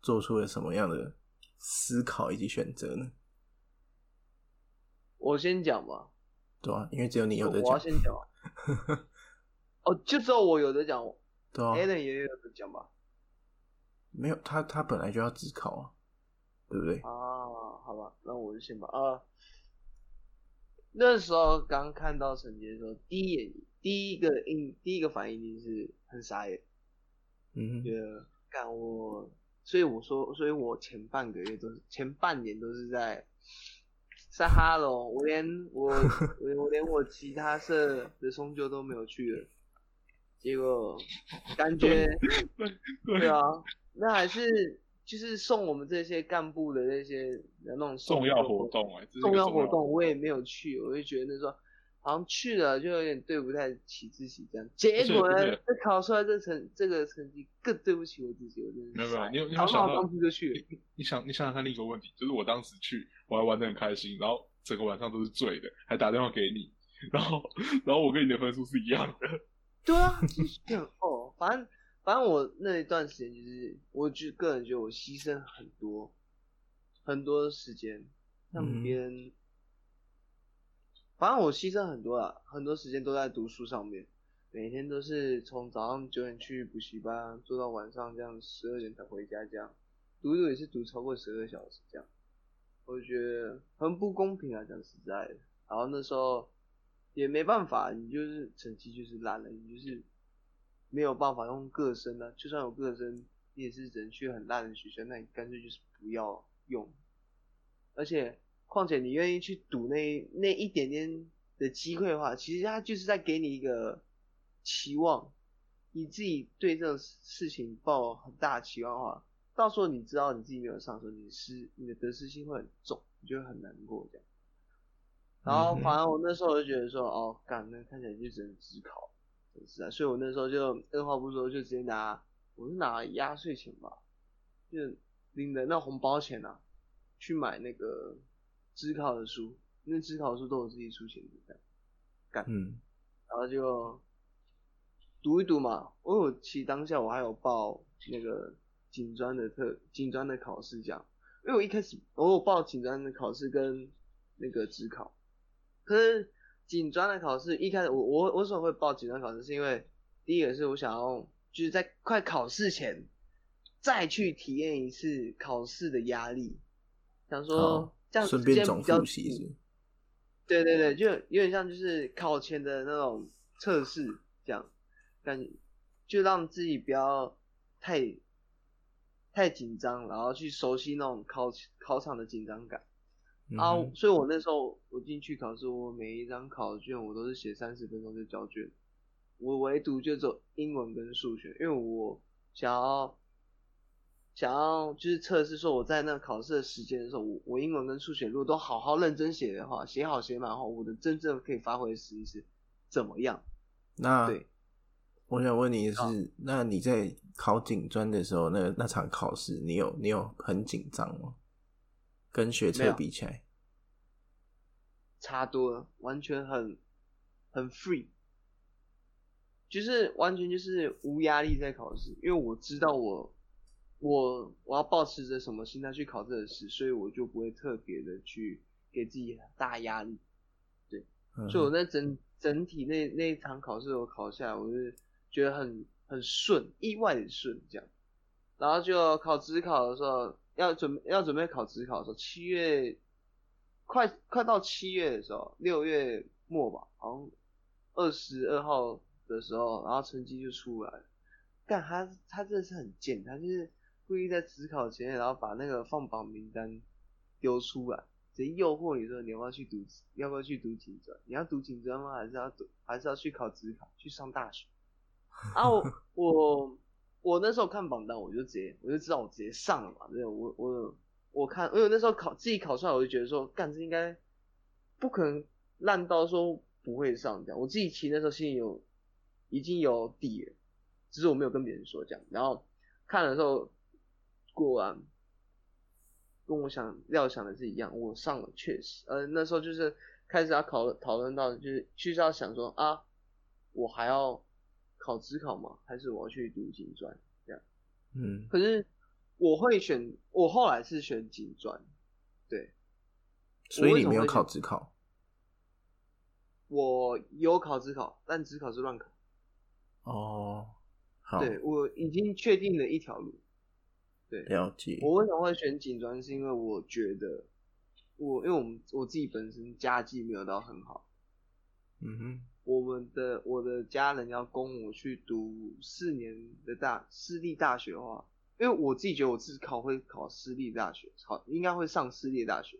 Speaker 1: 做出了什么样的思考以及选择呢？
Speaker 3: 我先讲吧，
Speaker 1: 对啊，因为只有你有的
Speaker 3: 我要
Speaker 1: 讲，
Speaker 3: 先 讲啊。哦，就只有我有的讲
Speaker 1: 对啊，
Speaker 3: ，Allen 也有的讲吧？
Speaker 1: 没有他，他本来就要职考啊，对不对？
Speaker 3: 啊，好吧，那我就先吧。啊，那时候刚看到成绩的时候，第一眼第一个印第一个反应就是很傻眼，
Speaker 1: 嗯哼，
Speaker 3: 觉得干我，所以我说，所以我前半个月都是前半年都是在在哈喽，我连我我我连我其他社的松就都没有去了，结果感觉对啊，那还是就是送我们这些干部的那些那种
Speaker 2: 重要活
Speaker 3: 动。
Speaker 2: 动哎、这是一个
Speaker 3: 重
Speaker 2: 重
Speaker 3: 要活
Speaker 2: 动，
Speaker 3: 动我也没有去，我就觉得说好像去了就有点对不太起自己这样。结果呢
Speaker 2: 而且而且，
Speaker 3: 这考出来这成这个成绩更对不起我自己，我真
Speaker 2: 没
Speaker 3: 的是
Speaker 2: 有没有，你有你
Speaker 3: 早
Speaker 2: 有
Speaker 3: 知道
Speaker 2: 想
Speaker 3: 我
Speaker 2: 到
Speaker 3: 当初就去了。
Speaker 2: 你你想你想想看另一个问题，就是我当时去，我还玩的很开心，然后整个晚上都是醉的，还打电话给你，然后然后我跟你的分数是一样的，
Speaker 3: 对啊，就是这样哦，反正反正我那一段时间就是，我就个人觉得我牺牲很多很多时间，让别人，反正我牺牲很多啊，很多时间都在读书上面，每天都是从早上九点去补习班，做到晚上这样十二点才回家，这样读一读也是读超过十二小时这样，我就觉得很不公平啊，讲实在的。然后那时候也没办法，你就是成绩就是烂了，你就是没有办法用个声啊。就算有个声，你也是只能去很烂的学校，那你干脆就是不要用。而且，况且你愿意去赌那那一点点的机会的话，其实他就是在给你一个期望，你自己对这种事情抱很大的期望的话，到时候你知道你自己没有上手，你失你的得失心会很重，你就会很难过这样。然后
Speaker 1: 嗯哼
Speaker 3: 反正我那时候就觉得说，哦，干，那看起来就只能只考，真是啊。所以我那时候就二话不说，就直接拿，我是拿压岁钱吧，就领的那红包钱啊，去买那个只考的书，那只考的书都我自己出钱的，这样
Speaker 1: 嗯
Speaker 3: 然后就读一读嘛。因为我其实当下我还有报那个警专的特警专的考试，这样，因为我一开始我有报警专的考试跟那个职考，可是警专的考试一开始我我我为什么会报警专考试，是因为第一个是我想要就是在快考试前再去体验一次考试的压力，想说
Speaker 1: 好
Speaker 3: 这样
Speaker 1: 顺
Speaker 3: 时
Speaker 1: 便
Speaker 3: 间
Speaker 1: 总
Speaker 3: 比较
Speaker 1: 复习
Speaker 3: 紧
Speaker 1: 是
Speaker 3: 对对对，就有点像就是考前的那种测试这样，感觉就让自己不要太太紧张，然后去熟悉那种考考场的紧张感、
Speaker 1: 嗯
Speaker 3: 啊。所以我那时候我进去考试，我每一张考卷我都是写三十分钟就交卷，我唯独就走英文跟数学，因为我想要想要就是测试说我在那考试的时间的时候，我我英文跟数学如果都好好认真写的话，写好写满的话，我的真正可以发挥的实力是怎么样？
Speaker 1: 那
Speaker 3: 对
Speaker 1: 我想问你的是，那你在考警专的时候，那那场考试，你有你有很紧张吗？跟学
Speaker 3: 没
Speaker 1: 测
Speaker 3: 有
Speaker 1: 比起来，
Speaker 3: 差多了，完全很很 free，就是完全就是无压力在考试，因为我知道我我我要保持着什么心态去考这个试，所以我就不会特别的去给自己很大压力。
Speaker 1: 嗯
Speaker 3: 所以我那整整体那那一场考试我考下来，我是觉得很很顺，意外的顺这样。然后就考职考的时候，要准备要准备考职考的时候，七月快快到七月的时候，六月末吧，好像二十二号的时候，然后成绩就出来了。干他他真的是很贱，他就是故意在职考前，然后把那个放榜名单丢出来，直接诱惑你说你要不要去读，要不要去读警专？你要读警专吗？还是要读，还是要去考职考，去上大学？啊，我我我那时候看榜单，我就直接我就知道我直接上了嘛。对，我我我看，因为我那时候考自己考出来，我就觉得说，干这应该不可能烂到说不会上这样。我自己其实那时候心里有已经有底了，只是我没有跟别人说这样。然后看的时候，果然跟我想料想的是一样，我上了确实，呃，那时候就是开始要考讨论到，就是就是要想说啊，我还要考职考吗？还是我要去读金专？
Speaker 1: 嗯，
Speaker 3: 可是我会选，我后来是选警专，对
Speaker 1: 所以你没
Speaker 3: 我为什么
Speaker 1: 有
Speaker 3: 会
Speaker 1: 考职考，
Speaker 3: 我有考职考，但职考是乱考。
Speaker 1: 哦，好，
Speaker 3: 对我已经确定了一条路。对，
Speaker 1: 了解，
Speaker 3: 我为什么会选警专？是因为我觉得我因为我们我自己本身家境没有到很好，
Speaker 1: 嗯哼，
Speaker 3: 我们的我的家人要供我去读四年的大私立大学的话，因为我自己觉得我自己考会考私立大学，考应该会上私立大学，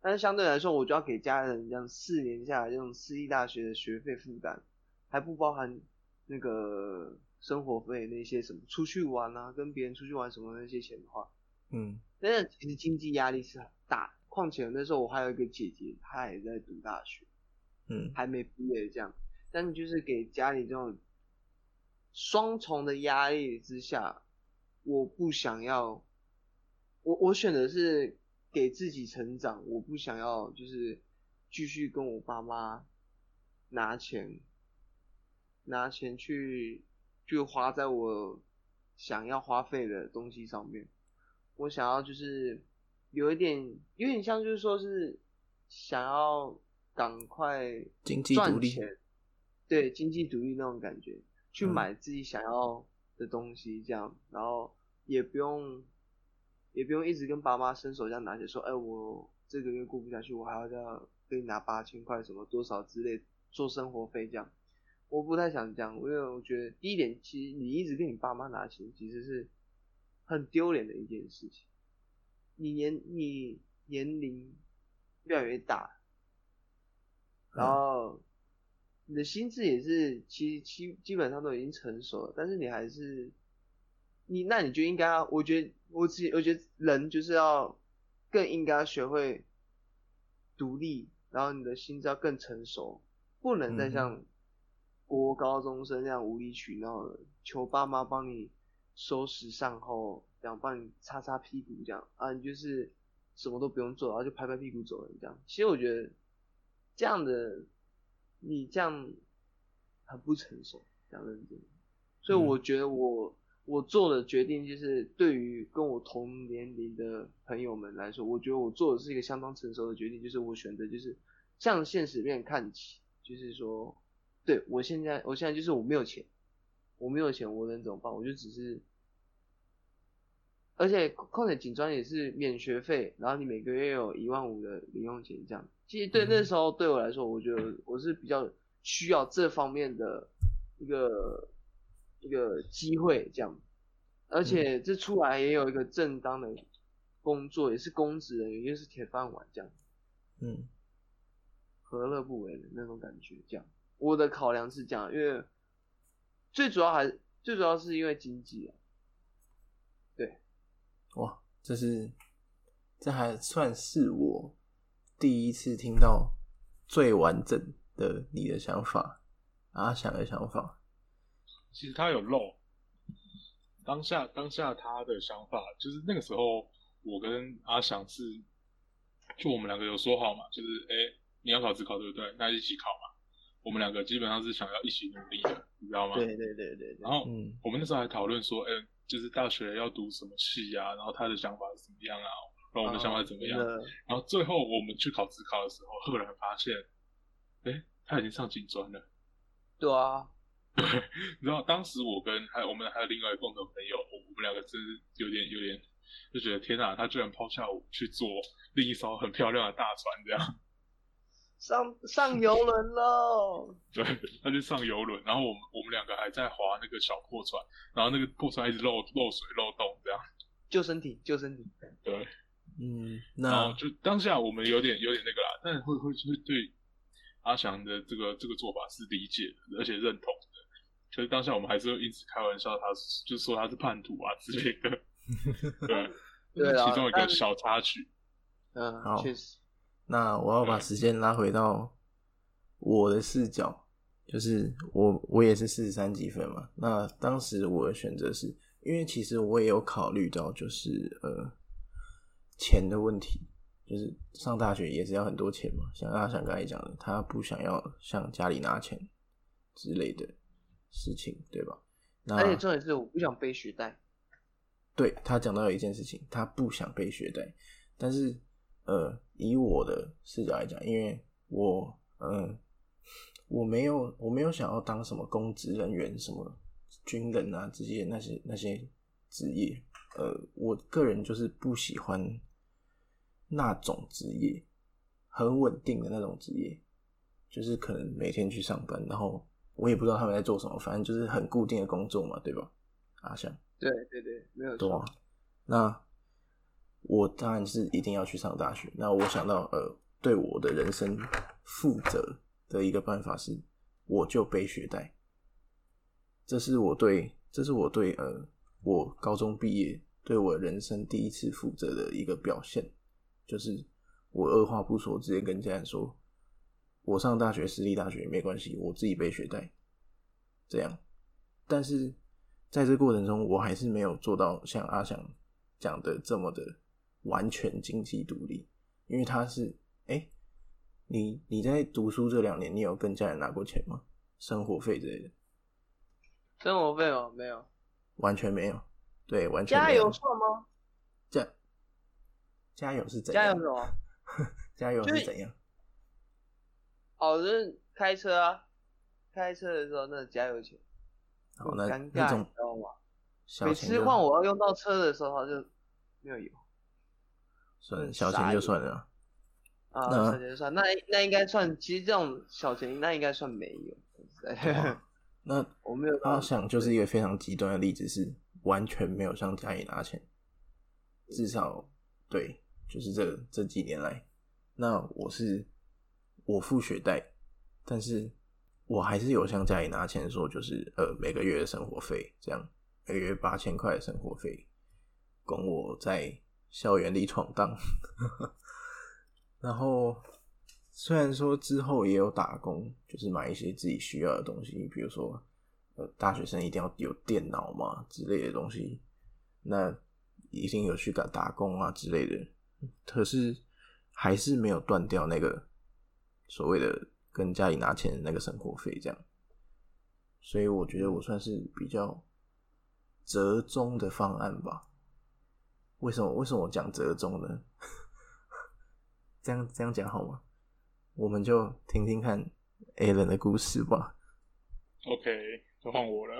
Speaker 3: 但是相对来说，我就要给家人这样四年下来这种私立大学的学费负担，还不包含那个生活费那些什么出去玩啊，跟别人出去玩什么那些钱的话，
Speaker 1: 嗯，
Speaker 3: 但是其实经济压力是很大的。况且那时候我还有一个姐姐，她也在读大学。
Speaker 1: 嗯，
Speaker 3: 还没毕业这样，但是就是给家里这种双重的压力之下，我不想要，我我选的是给自己成长，我不想要就是继续跟我爸妈拿钱，拿钱去去花在我想要花费的东西上面，我想要就是有一点有点像就是说是想要赶快
Speaker 1: 经济
Speaker 3: 赚
Speaker 1: 独立，
Speaker 3: 钱，对经济独立那种感觉，去
Speaker 1: 嗯
Speaker 3: 买自己想要的东西，这样，然后也不用也不用一直跟爸妈伸手这样拿钱，说，哎、我这个月过不下去，我还要再给你拿八千块什么多少之类做生活费这样。我不太想这样，因为我觉得第一点，其实你一直跟你爸妈拿钱，其实是很丢脸的一件事情。你年你年龄越来越大，然后你的心智也是，其实基基本上都已经成熟了，但是你还是你，那你就应该要，我觉得我自己，我觉得人就是要更应该学会独立，然后你的心智要更成熟，不能再像国高中生那样无理取闹了，求爸妈帮你收拾善后，这样帮你擦擦屁股这样啊，你就是什么都不用做，然后就拍拍屁股走人这样。其实我觉得这样的你这样很不成熟，讲认真。所以
Speaker 1: 嗯
Speaker 3: 我觉得我、我做的决定就是对于跟我同年龄的朋友们来说，我觉得我做的是一个相当成熟的决定，就是我选择就是向现实面看齐，就是说，对我现在我现在就是我没有钱，我没有钱，我能怎么办？我就只是，而且况且警专也是免学费，然后你每个月有一万五的零用钱这样。其实对
Speaker 1: 嗯
Speaker 3: 那时候对我来说，我觉得我是比较需要这方面的一个一个机会这样，而且这出来也有一个正当的工作，也是公职人员，又是铁饭碗这样。
Speaker 1: 嗯
Speaker 3: 何乐不为的那种感觉。这样，我的考量是这样，因为最主要还最主要是因为经济啊，
Speaker 1: 哇，这是这还算是我第一次听到最完整的你的想法，阿翔的想法。
Speaker 2: 其实他有漏。当下当下他的想法就是那个时候，我跟阿翔是，就我们两个有说好嘛，就是哎、诶你要考自考对不对？那一起考嘛。我们两个基本上是想要一起努力的，你知道吗？
Speaker 3: 对对对对对
Speaker 2: 然，后
Speaker 1: 嗯
Speaker 2: 我们那时候还讨论说，哎、就是大学要读什么系啊，然后他的想法是怎么样啊，然后我们的想法怎么样
Speaker 3: 哦真？的
Speaker 2: 然后最后我们去考自考的时候，赫然发现，哎、他已经上警专了。
Speaker 3: 对啊，
Speaker 2: 你知道，当时我跟还有我们还有另外一个共同朋友，我我们两个真是有点有点就觉得天哪，他居然抛下我去坐另一艘很漂亮的大船，这样
Speaker 3: 上上游轮 喽，
Speaker 2: 对，他就上游轮，然后我们我们两个还在划那个小破船，然后那个破船一直漏漏水漏洞这样，
Speaker 3: 救生艇救生艇，
Speaker 2: 对，
Speaker 1: 嗯，
Speaker 2: 然
Speaker 1: 那
Speaker 2: 后就当下我们有点有点那个啦，但会会会对阿翔的这个这个做法是理解的，而且认同的。可是当下我们还是会一直开玩笑他，就说他是叛徒啊之类的。对，
Speaker 3: 嗯对
Speaker 2: 这
Speaker 3: 啦
Speaker 2: 是 其中一个
Speaker 3: 但
Speaker 2: 小插曲。
Speaker 3: 嗯
Speaker 1: 好，
Speaker 3: 确实，
Speaker 1: 那我要把时间拉回到我的视角，就是我我也是四十三积分嘛。那当时我的选择是因为其实我也有考虑到，就是呃钱的问题，就是上大学也是要很多钱嘛。像阿翔刚才讲的，他不想要向家里拿钱之类的事情，对吧？那
Speaker 3: 而且重点是我不想背学贷，
Speaker 1: 对他讲到有一件事情，他不想背学贷，但是呃，以我的视角来讲，因为我呃我没有我没有想要当什么公职人员、什么军人啊这些那些那些职业，呃，我个人就是不喜欢那种职业，很稳定的那种职业，就是可能每天去上班，然后我也不知道他们在做什么，反正就是很固定的工作嘛，对吧？阿翔。
Speaker 3: 对对对，没有
Speaker 1: 对
Speaker 3: 错
Speaker 1: 啊，，那我当然是一定要去上大学。那我想到，呃，对我的人生负责的一个办法是，我就背学贷。这是我对，这是我对，呃，我高中毕业对我人生第一次负责的一个表现，就是我二话不说，直接跟家人说，我上大学私立大学没关系，我自己背学贷，这样。但是在这过程中，我还是没有做到像阿翔讲的这么的完全经济独立，因为他是哎、诶你你在读书这两年，你有跟家人拿过钱吗？生活费之类的，
Speaker 3: 生活费哦没有，
Speaker 1: 完全没有，对，完全
Speaker 3: 加
Speaker 1: 没有
Speaker 3: 油。算吗？
Speaker 1: 加加油是怎
Speaker 3: 加油
Speaker 1: 样
Speaker 3: 什？么？
Speaker 1: 加油
Speaker 3: 就是是
Speaker 1: 怎样？
Speaker 3: 哦，就是开车啊，开车的时候那个加油钱，
Speaker 1: 好，那
Speaker 3: 尴
Speaker 1: 那
Speaker 3: 尬，你
Speaker 1: 种
Speaker 3: 知道吗？
Speaker 1: 小
Speaker 3: 每
Speaker 1: 钱
Speaker 3: 次
Speaker 1: 就
Speaker 3: 换我要用到车的时候，他就没有油
Speaker 1: 算
Speaker 3: 嗯
Speaker 1: 了，小钱
Speaker 3: 傻
Speaker 1: 就
Speaker 3: 眼
Speaker 1: 算了啊。
Speaker 3: 啊，
Speaker 1: 那
Speaker 3: 小钱算，那那应该算，其实这种小钱那应该算没有。
Speaker 1: 啊那
Speaker 3: 我没有
Speaker 1: 阿
Speaker 3: 到，
Speaker 1: 翔就是一个非常极端的例子，是完全没有向家里拿钱，至少对，就是这这几年来，那我是我付学贷，但是我还是有向家里拿钱说，就是呃每个月的生活费这样，每个月八千块的生活费，供我在校园里闯荡。然后虽然说之后也有打工，就是买一些自己需要的东西，比如说呃大学生一定要有电脑嘛之类的东西，那一定有去打打工啊之类的，可是还是没有断掉那个所谓的跟家里拿钱的那个生活费这样。所以我觉得我算是比较折中的方案吧。为什么？为什么我讲折中呢？这样这样讲好吗？我们就听听看 Alan 的故事吧。
Speaker 2: OK，就换我了。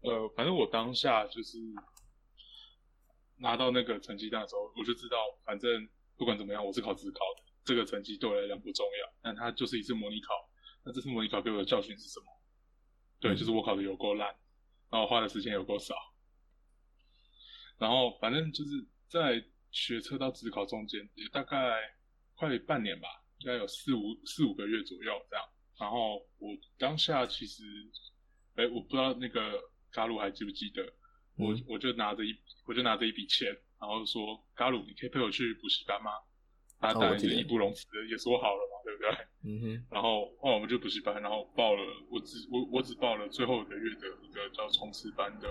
Speaker 2: 呃，反正我当下就是拿到那个成绩单的时候，我就知道，反正不管怎么样，我是考自考的，这个成绩对我来讲不重要。但它就是一次模拟考，那这次模拟考给我的教训是什么？对，就是我考的有够烂，然后花的时间有够少。然后反正就是在学车到职考中间，也大概快半年吧，应该有四五四五个月左右这样。然后我当下其实，哎，我不知道那个嘎鲁还记不记得，我
Speaker 1: 嗯
Speaker 2: 我就拿着一我就拿着一笔钱，然后说嘎鲁，你可以陪我去补习班吗？他
Speaker 1: 哦
Speaker 2: 当
Speaker 1: 我
Speaker 2: 然
Speaker 1: 记
Speaker 2: 是
Speaker 1: 得
Speaker 2: 义不容辞，也说好了嘛，对不对？
Speaker 1: 嗯哼，
Speaker 2: 然后哦后来我们就补习班，然后报了，我只我我只报了最后一个月的一个叫冲刺班的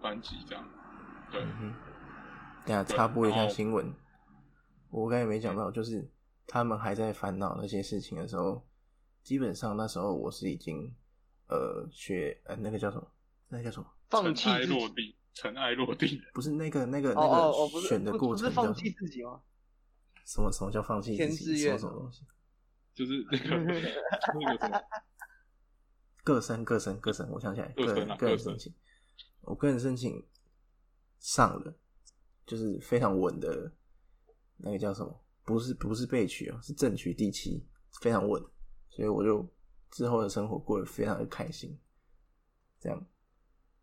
Speaker 2: 班级这样。对，
Speaker 1: 嗯哼。等一下插播一
Speaker 3: 哦
Speaker 1: 下新闻，我刚才没讲到，就是他们还在烦恼那些事情的时候，基本上那时候我是已经呃学呃那个叫什么，那个叫什么？
Speaker 3: 放
Speaker 2: 尘
Speaker 3: 弃
Speaker 2: 埃
Speaker 3: 自
Speaker 2: 落
Speaker 3: 己。
Speaker 2: 地，尘埃落地。
Speaker 1: 不是那个那个
Speaker 3: 哦哦
Speaker 1: 那
Speaker 3: 哦，不
Speaker 1: 个
Speaker 3: 是
Speaker 1: 选的
Speaker 3: 不
Speaker 1: 过
Speaker 3: 不
Speaker 1: 程
Speaker 3: 是
Speaker 1: 叫什
Speaker 3: 放弃
Speaker 1: 么
Speaker 3: 自己吗？
Speaker 1: 什么什么叫放弃自
Speaker 3: 填
Speaker 1: 己？
Speaker 3: 志
Speaker 1: 什么
Speaker 3: 愿
Speaker 1: 什么东西？
Speaker 2: 就是那 个那个什么，
Speaker 1: 各生各生各生，我想起来，
Speaker 2: 各
Speaker 1: 个
Speaker 2: 生
Speaker 1: 人
Speaker 2: 啊
Speaker 1: 个人
Speaker 2: 各生
Speaker 1: 申请，我个人申请上了，就是非常稳的，那个叫什么？不是不是被取哦，是正取第七，非常稳，所以我就之后的生活过得非常的开心，这样，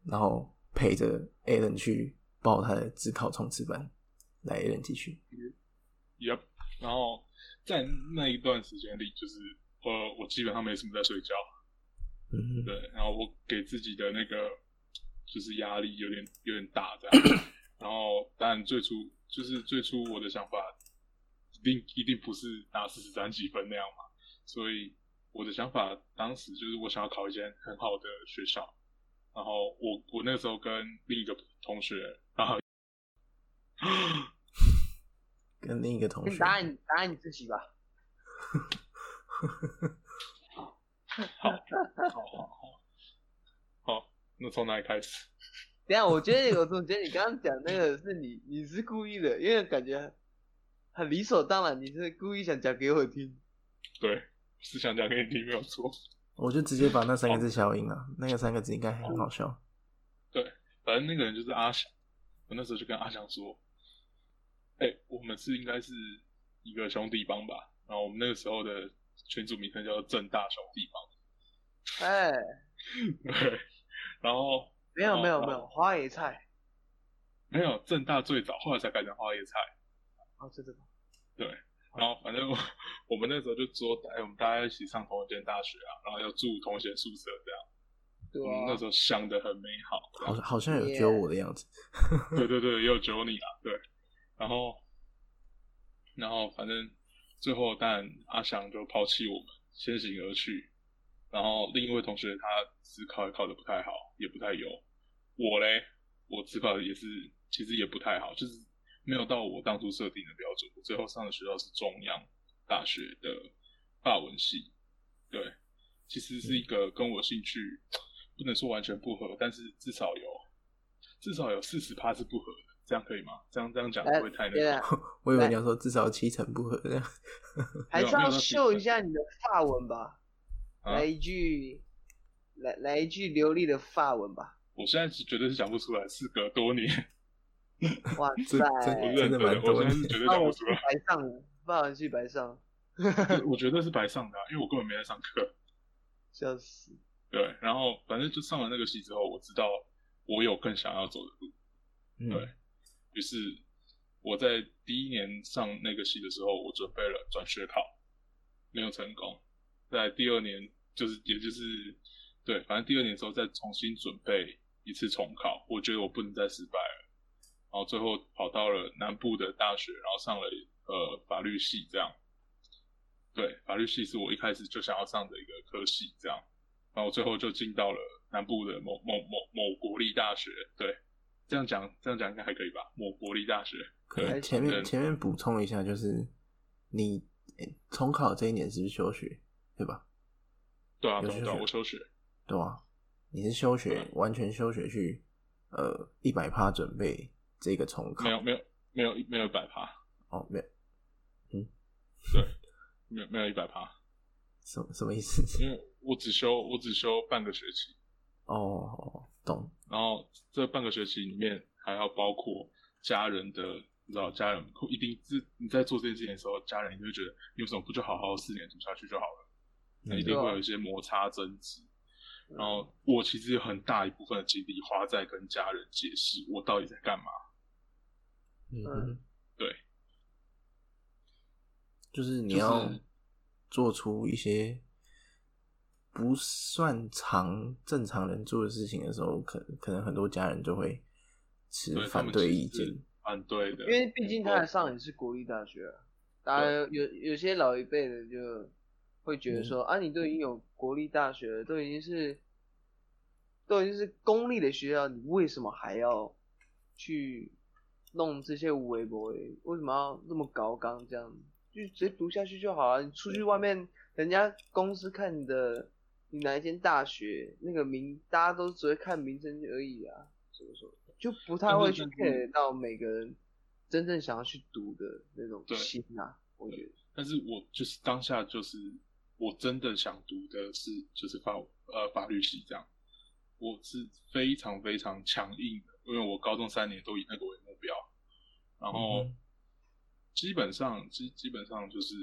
Speaker 1: 然后陪着 a l a n 去报他的自考冲刺班，来 a l a n 继续，
Speaker 2: yep。然后在那一段时间里，就是呃，我基本上没什么在睡觉，
Speaker 1: 嗯哼，
Speaker 2: 对，然后我给自己的那个就是压力有点有点大这样。然后当然最初就是最初我的想法一定一定不是拿四十三几分那样嘛，所以我的想法当时就是我想要考一间很好的学校，然后我我那时候跟另一个同学，然后
Speaker 1: 跟另一个同
Speaker 3: 你
Speaker 1: 学，
Speaker 3: 答案答案你自己吧。
Speaker 2: 好好好，好，哦那从哪里开始？
Speaker 3: 等一下，我觉得我总觉得你刚刚讲那个是你你是故意的，因为感觉很理所当然，你是故意想讲给我听。
Speaker 2: 对，是想讲给你听，没有错。
Speaker 1: 我就直接把那
Speaker 2: 哦
Speaker 1: 三个字消音了，那个三个字应该很好笑。
Speaker 2: 反正那个人就是阿翔，我那时候就跟阿翔说：“哎、我们是应该是一个兄弟帮吧？”然后我们那个时候的群组名称叫做“正大兄弟帮
Speaker 3: 哎，”。
Speaker 2: 对，然后
Speaker 3: 没有
Speaker 2: 哦
Speaker 3: 没有
Speaker 2: 哦
Speaker 3: 没有，花野菜
Speaker 2: 没有正大最早，后来才改成花椰菜。
Speaker 3: 哦，这个
Speaker 2: 然后反正 我我们那时候就说：“哎、我们大家一起上同一间大学啊，然后要住同一间宿舍这样。”
Speaker 3: 对
Speaker 2: 我们嗯那
Speaker 3: 啊
Speaker 2: 时，候想的很美好。
Speaker 1: 好，好像有揪我的样子。
Speaker 2: 对对对，也有九你啊，对。然后，然后反正最后，当然阿翔就抛弃我们，先行而去。然后另一位同学他只考也考得不太好，也不太优。我嘞，我只考也是其实也不太好，就是没有到我当初设定的标准。我最后上的学校是中央大学的法文系，对，其实是一个跟我兴趣不能说完全不合，但是至少有至少有四十趴是不合的，这样可以吗？这样这样讲会不会太那
Speaker 3: 对
Speaker 2: 个？
Speaker 3: 啊，
Speaker 1: 我以为你要说至少七成不合这样。
Speaker 3: 还是
Speaker 2: 没有没有
Speaker 3: 要
Speaker 2: 那是
Speaker 3: 秀一下你的发文吧，
Speaker 2: 啊
Speaker 3: 来一句，来来一句流利的发文吧。
Speaker 2: 我现在是绝对是讲不出来，事隔多年，
Speaker 3: 哇
Speaker 1: 这
Speaker 3: 塞，
Speaker 1: 这
Speaker 2: 我
Speaker 1: 哎
Speaker 2: 认
Speaker 1: 真的
Speaker 2: 真
Speaker 1: 蛮
Speaker 2: 我
Speaker 1: 多
Speaker 2: 现在是
Speaker 1: 的。
Speaker 2: 绝对
Speaker 3: 发
Speaker 2: 讲
Speaker 3: 文
Speaker 2: 不
Speaker 3: 去
Speaker 2: 出来，
Speaker 3: 白上了，发文去白上，
Speaker 2: 我绝对是白上的啊、因为我根本没在上课。
Speaker 3: 笑死。
Speaker 2: 对，然后反正就上了那个戏之后，我知道我有更想要走的路，
Speaker 1: 嗯，
Speaker 2: 对于是我在第一年上那个系的时候，我准备了转学考，没有成功。在第二年，就是也就是对，反正第二年的时候再重新准备一次重考，我觉得我不能再失败了。然后最后跑到了南部的大学，然后上了呃法律系这样。对，法律系是我一开始就想要上的一个科系这样。然后我最后就进到了南部的某某某某国立大学，对，这样讲这样讲应该还可以吧？某国立大学，
Speaker 1: 可
Speaker 2: 对
Speaker 1: 能前
Speaker 2: 对
Speaker 1: 面前面补充一下，就是你诶重考这一年是不是休学，对吧？
Speaker 2: 对啊，
Speaker 1: 有
Speaker 2: 对
Speaker 1: 休
Speaker 2: 啊对啊，
Speaker 1: 学
Speaker 2: 我休学，
Speaker 1: 对啊，你是休学
Speaker 2: 对，
Speaker 1: 完全休学去，呃，一百趴准备这个重考
Speaker 2: 没。有没有没有没有一百趴，
Speaker 1: 哦，没有，
Speaker 2: 没有没有一百趴，
Speaker 1: 什么什么意思？
Speaker 2: 因为我只休我只休半个学期，
Speaker 1: 哦，懂。
Speaker 2: 然后这半个学期里面还要包括家人的，你知道家人一定是你在做这件事情的时候，家人就会觉得你为什么不就好好四年读下去就好了？那一定
Speaker 3: 啊
Speaker 2: 会有一些摩擦争执。然后我其实有很大一部分的精力花在跟家人解释我到底在干嘛。
Speaker 1: 嗯
Speaker 3: 嗯
Speaker 1: 哼，
Speaker 2: 对，
Speaker 1: 就是你
Speaker 2: 就是
Speaker 1: 要做出一些不算常正常人做的事情的时候，可可能很多家人就会持
Speaker 2: 对，他
Speaker 1: 反
Speaker 2: 们
Speaker 1: 对
Speaker 2: 其
Speaker 1: 意
Speaker 2: 实是
Speaker 1: 见。
Speaker 2: 反对的，哦
Speaker 3: 因为毕竟他的上也是国立大学啊、当然有有些老一辈的就会觉得说、啊，你都已经有国立大学了，都已经是都已经是公立的学校，你为什么还要去弄这些无为博？为什么要那么高纲这样？就直接读下去就好啊！你出去外面，人家公司看你的，你哪一间大学那个名，大家都只会看名称而已啊，怎么说？就不太会去
Speaker 2: 但是
Speaker 3: care 到每个人真正想要去读的那种
Speaker 2: 对
Speaker 3: 心啊，我觉得。
Speaker 2: 但是我就是当下就是我真的想读的是就是法呃法律系这样，我是非常非常强硬的，因为我高中三年都以那个为目标，然后
Speaker 1: 嗯哼
Speaker 2: 基本上基基本上就是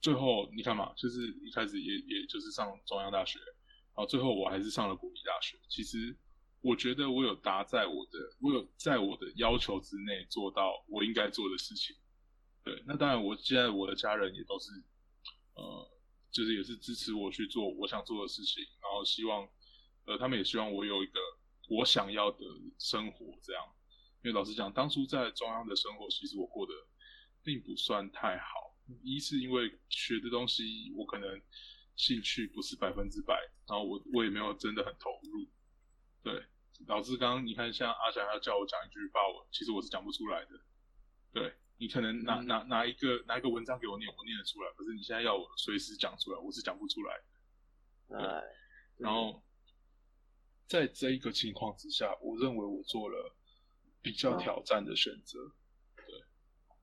Speaker 2: 最后你看嘛，就是一开始也也就是上中央大学，然后最后我还是上了国立大学，其实。我觉得我有达在我的，我有在我的要求之内做到我应该做的事情，对，那当然，我现在我的家人也都是，呃，就是也是支持我去做我想做的事情，然后希望，呃，他们也希望我有一个我想要的生活，这样。因为老实讲，当初在中央的生活，其实我过得并不算太好。一是因为学的东西，我可能兴趣不是百分之百，然后我我也没有真的很投入。对，导致刚刚你看，像阿翔要叫我讲一句法文，其实我是讲不出来的。对你可能拿、
Speaker 3: 嗯
Speaker 2: 拿拿一个拿一个文章给我念，我念得出来，可是你现在要我随时讲出来，我是讲不出来的。
Speaker 3: 哎，
Speaker 2: 然后在这一个情况之下，我认为我做了比较挑战的选择。对，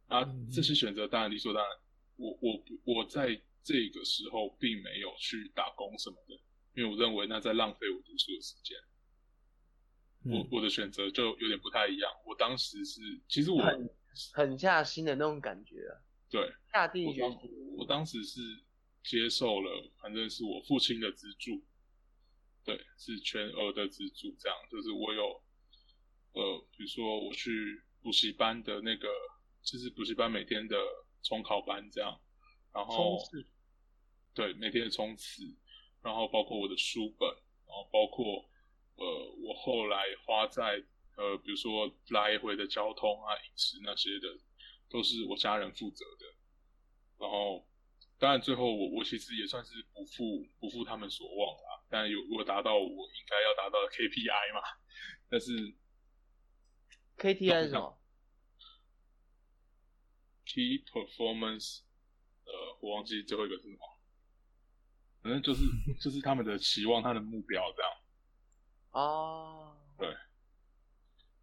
Speaker 2: 啊
Speaker 1: 啊嗯，
Speaker 2: 这些选择当然理所当然，我我我在这个时候并没有去打工什么的，因为我认为那在浪费我读书的时间。我
Speaker 1: 嗯
Speaker 2: 我的选择就有点不太一样。我当时是，其实我
Speaker 3: 很狠下心的那种感觉啊，
Speaker 2: 对
Speaker 3: 下定
Speaker 2: 我
Speaker 3: 决
Speaker 2: 当
Speaker 3: 心。
Speaker 2: 我当时是接受了，反正是我父亲的资助，对，是全额的资助，这样就是我有呃，比如说我去补习班的那个，就是补习班每天的重考班这样，然后
Speaker 3: 冲刺
Speaker 2: 对每天的冲刺，然后包括我的书本，然后包括呃我后来花在呃比如说来回的交通啊、饮食那些的，都是我家人负责的。然后当然最后我我其实也算是不负不负他们所望啦，但有我达到我应该要达到的 KPI 嘛，但是哦
Speaker 3: KTI 是什么？
Speaker 2: Key Performance，呃，我忘记最后一个是什么，反正就是就是他们的期望，他的目标这样。
Speaker 3: 哦，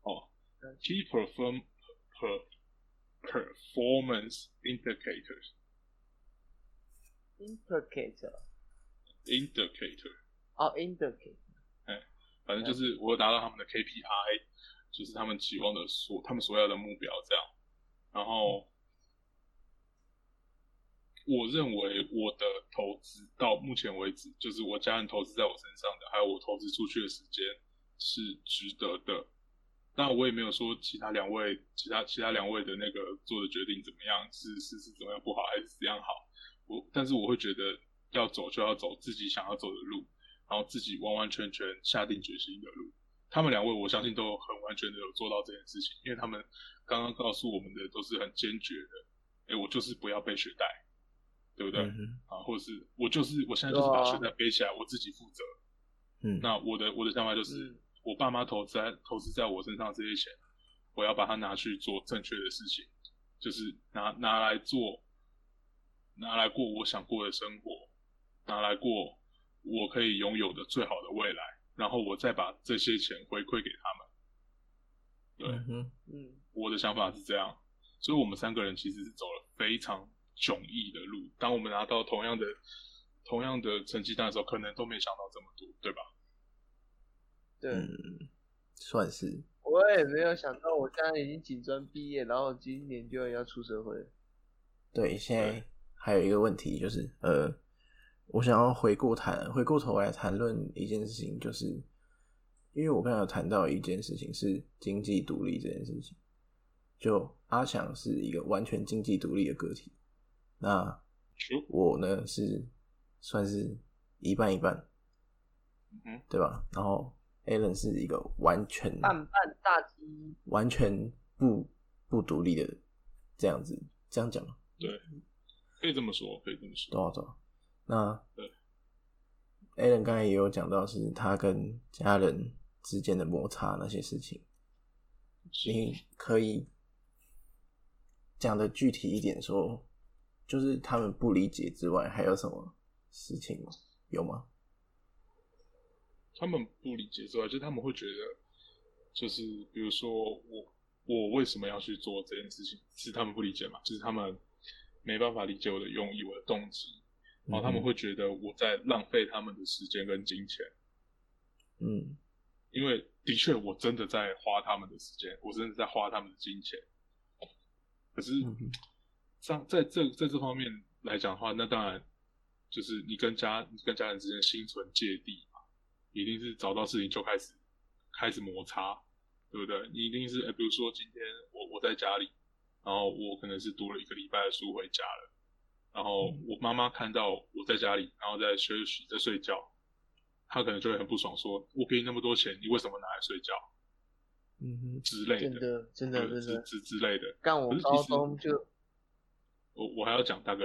Speaker 2: 哦，Key Oh, Perform Per Performance Indicators
Speaker 3: indicator，
Speaker 2: Indicator，
Speaker 3: 哦，indicator，
Speaker 2: 反正就是我有达到他们的 KPI，就是他们期望的所他们所要的目标这样。然后，我认为我的投资到目前为止，就是我家人投资在我身上的，还有我投资出去的时间是值得的。那我也没有说其他两位、其他其他两位的那个做的决定怎么样，是是是怎么样不好，还是怎样好。我但是我会觉得要走就要走自己想要走的路，然后自己完完全全下定决心的路。他们两位，我相信都有很完全的有做到这件事情，因为他们刚刚告诉我们的都是很坚决的，哎，我就是不要背学贷，对不对？
Speaker 1: 嗯哼
Speaker 2: 啊，或者是我就是我现在就是把
Speaker 3: 对啊
Speaker 2: 学贷背起来，我自己负责。
Speaker 1: 嗯，
Speaker 2: 那我的我的想法就是，
Speaker 3: 嗯
Speaker 2: 我爸妈投资在投资在我身上这些钱，我要把它拿去做正确的事情，就是拿拿来做，拿来过我想过的生活，拿来过我可以拥有的最好的未来，然后我再把这些钱回馈给他们。对，
Speaker 1: 嗯哼
Speaker 3: 嗯，
Speaker 2: 我的想法是这样，所以我们三个人其实是走了非常迥异的路。当我们拿到同样的同样的成绩单的时候，可能都没想到这么多，对吧？
Speaker 3: 对，
Speaker 1: 嗯，算是
Speaker 3: 我也没有想到，我现在已经警专毕业，然后今年就要出社会了。
Speaker 2: 嗯
Speaker 1: 对。现在还有一个问题就是，呃，我想要回过谈，回过头来谈论一件事情，就是因为我刚才有谈到一件事情是经济独立这件事情，就阿强是一个完全经济独立的个体，那我呢是算是一半一半，
Speaker 2: 嗯哼，
Speaker 1: 对吧？然后 Alan 是一个完全
Speaker 3: 半半大鸡，
Speaker 1: 完全不不独立的这样子，这样讲吗
Speaker 2: 可以这么说，可以这么说。
Speaker 1: 多少多少？啊那
Speaker 2: 对
Speaker 1: a l a n 刚才也有讲到，是他跟家人之间的摩擦那些事情，
Speaker 2: 是
Speaker 1: 你可以讲的具体一点说，就是他们不理解之外，还有什么事情吗？有吗？
Speaker 2: 他们不理解之外，就是他们会觉得，就是比如说我我为什么要去做这件事情，是他们不理解嘛，就是他们没办法理解我的用意、我的动机，
Speaker 3: 哦
Speaker 2: 然后他们会觉得我在浪费他们的时间跟金钱，
Speaker 1: 嗯
Speaker 2: 因为的确我真的在花他们的时间，我真的在花他们的金钱，可是
Speaker 1: 嗯哼
Speaker 2: 上在这在这方面来讲的话，那当然就是你跟家你跟家人之间心存芥蒂嘛，一定是找到事情就开始开始摩擦，对不对？你一定是，哎比如说今天我我在家里，然后我可能是读了一个礼拜的书回家了，然后
Speaker 3: 嗯
Speaker 2: 我妈妈看到我在家里，然后在休息在睡觉，她可能就会很不爽说我给你那么多钱，你为什么拿来睡觉
Speaker 1: 嗯哼
Speaker 2: 之类
Speaker 3: 真
Speaker 2: 的，
Speaker 3: 的真的
Speaker 2: 对
Speaker 3: 真
Speaker 2: 之
Speaker 3: 的，
Speaker 2: 之之类的。
Speaker 3: 干我
Speaker 2: 可是其
Speaker 3: 高
Speaker 2: 实
Speaker 3: 中就
Speaker 2: 我我还要讲大哥。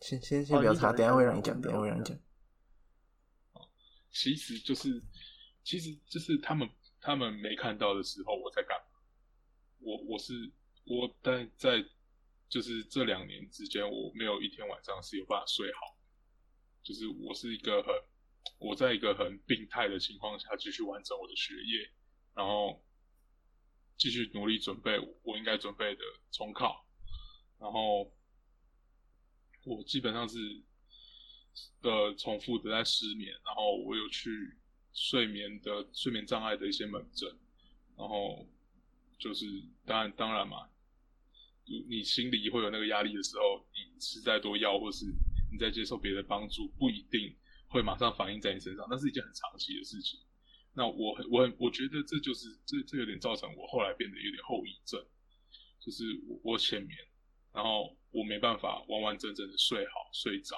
Speaker 1: 先先先不要
Speaker 3: 哦
Speaker 1: 查，
Speaker 3: 你讲
Speaker 1: 等一下会让你
Speaker 3: 我
Speaker 1: 讲，
Speaker 3: 没
Speaker 1: 等
Speaker 3: 有
Speaker 1: 一下会让你
Speaker 3: 我没有
Speaker 1: 讲。
Speaker 2: 其实就是，其实就是他们他们没看到的时候我在干嘛？我我是我在在就是这两年之间，我没有一天晚上是有办法睡好，就是我是一个很我在一个很病态的情况下继续完成我的学业，然后继续努力准备我应该准备的重考，然后我基本上是呃重复的在失眠，然后我有去睡眠的睡眠障碍的一些门诊，然后就是当然当然嘛，你你心里会有那个压力的时候，你吃再多药或是你在接受别的帮助，不一定会马上反映在你身上，那是一件很长期的事情。那我很我很我觉得这就是这这有点造成我后来变得有点后遗症，就是我我浅眠，然后我没办法完完整整的睡好睡着，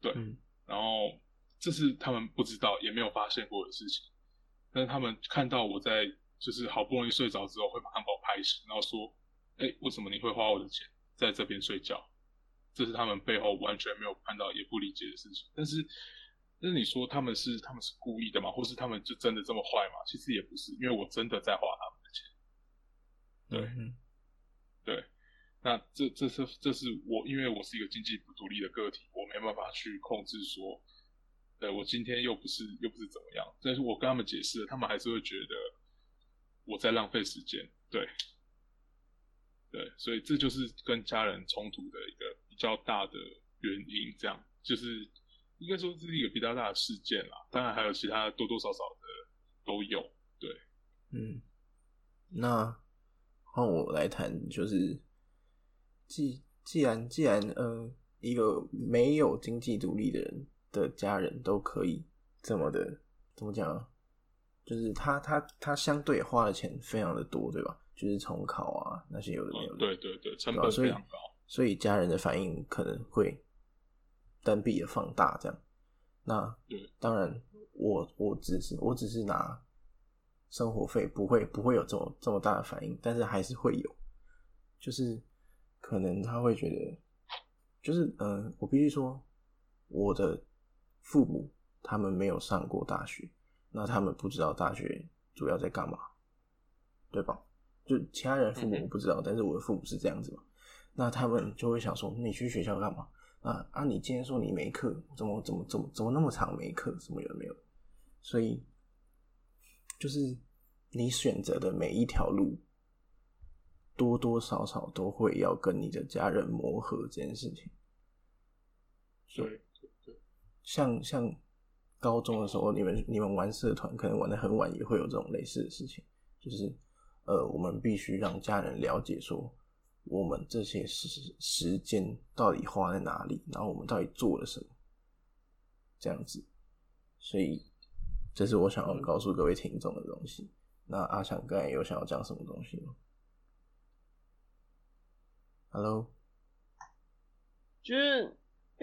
Speaker 2: 对，
Speaker 1: 嗯
Speaker 2: 然后这是他们不知道也没有发现过的事情，但是他们看到我在就是好不容易睡着之后，会马上把我拍醒，然后说，哎，为什么你会花我的钱在这边睡觉？这是他们背后完全没有看到也不理解的事情。但是，那你说他们是他们是故意的吗？或是他们就真的这么坏吗？其实也不是，因为我真的在花他们的钱。
Speaker 1: 嗯
Speaker 2: 对
Speaker 1: 哼
Speaker 2: 对，那这这是这是我，因为我是一个经济不独立的个体，我没办法去控制说，对我今天又不是又不是怎么样，但是我跟他们解释了，他们还是会觉得我在浪费时间，对，对，所以这就是跟家人冲突的一个比较大的原因，这样就是应该说这是一个比较大的事件啦，当然还有其他多多少少的都有，对，
Speaker 1: 嗯，那换我来谈，就是既既然既然呃，一个没有经济独立的人的家人都可以这么的怎么讲啊？就是他他他相对花的钱非常的多，对吧？就是重考啊那些有的没有的，
Speaker 2: 嗯，对对对，成
Speaker 1: 对啊
Speaker 2: 本
Speaker 1: 所以
Speaker 2: 非常高，
Speaker 1: 所以家人的反应可能会单臂的放大这样。那
Speaker 2: 对
Speaker 1: 当然我我只是我只是拿生活费，不会不会有这么这么大的反应，但是还是会有，就是可能他会觉得，就是嗯、呃我必须说，我的父母他们没有上过大学，那他们不知道大学主要在干嘛，对吧？就其他人父母
Speaker 2: 嗯哼
Speaker 1: 我不知道，但是我的父母是这样子嘛，那他们就会想说，你去学校干嘛？啊啊！你今天说你没课，怎么怎么怎么怎么那么长没课？什么有的没有的？所以就是你选择的每一条路，多多少少都会要跟你的家人磨合这件事情。
Speaker 2: 对。
Speaker 1: 像像高中的时候，你们你们玩社团，可能玩的很晚，也会有这种类似的事情，就是呃，我们必须让家人了解说，我们这些时时间到底花在哪里，然后我们到底做了什么，这样子。所以这是我想
Speaker 3: 嗯
Speaker 1: 要告诉各位听众的东西。那阿翔刚才有想要讲什么东西吗？Hello，
Speaker 3: 就是因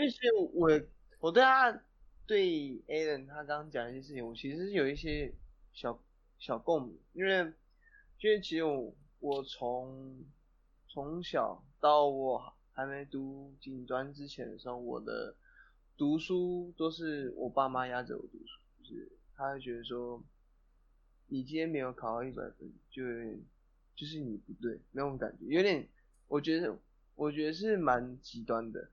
Speaker 3: 为其实我我对他对 Alan 他刚刚讲的一些事情，我其实是有一些小小共鸣，因为就是其实我我从从小到我还没读警专之前的时候，我的读书都是我爸妈压着我读书，就是他会觉得说你今天没有考到一百分，就有点就是你不对那种感觉，有点我觉得我觉得是蛮极端的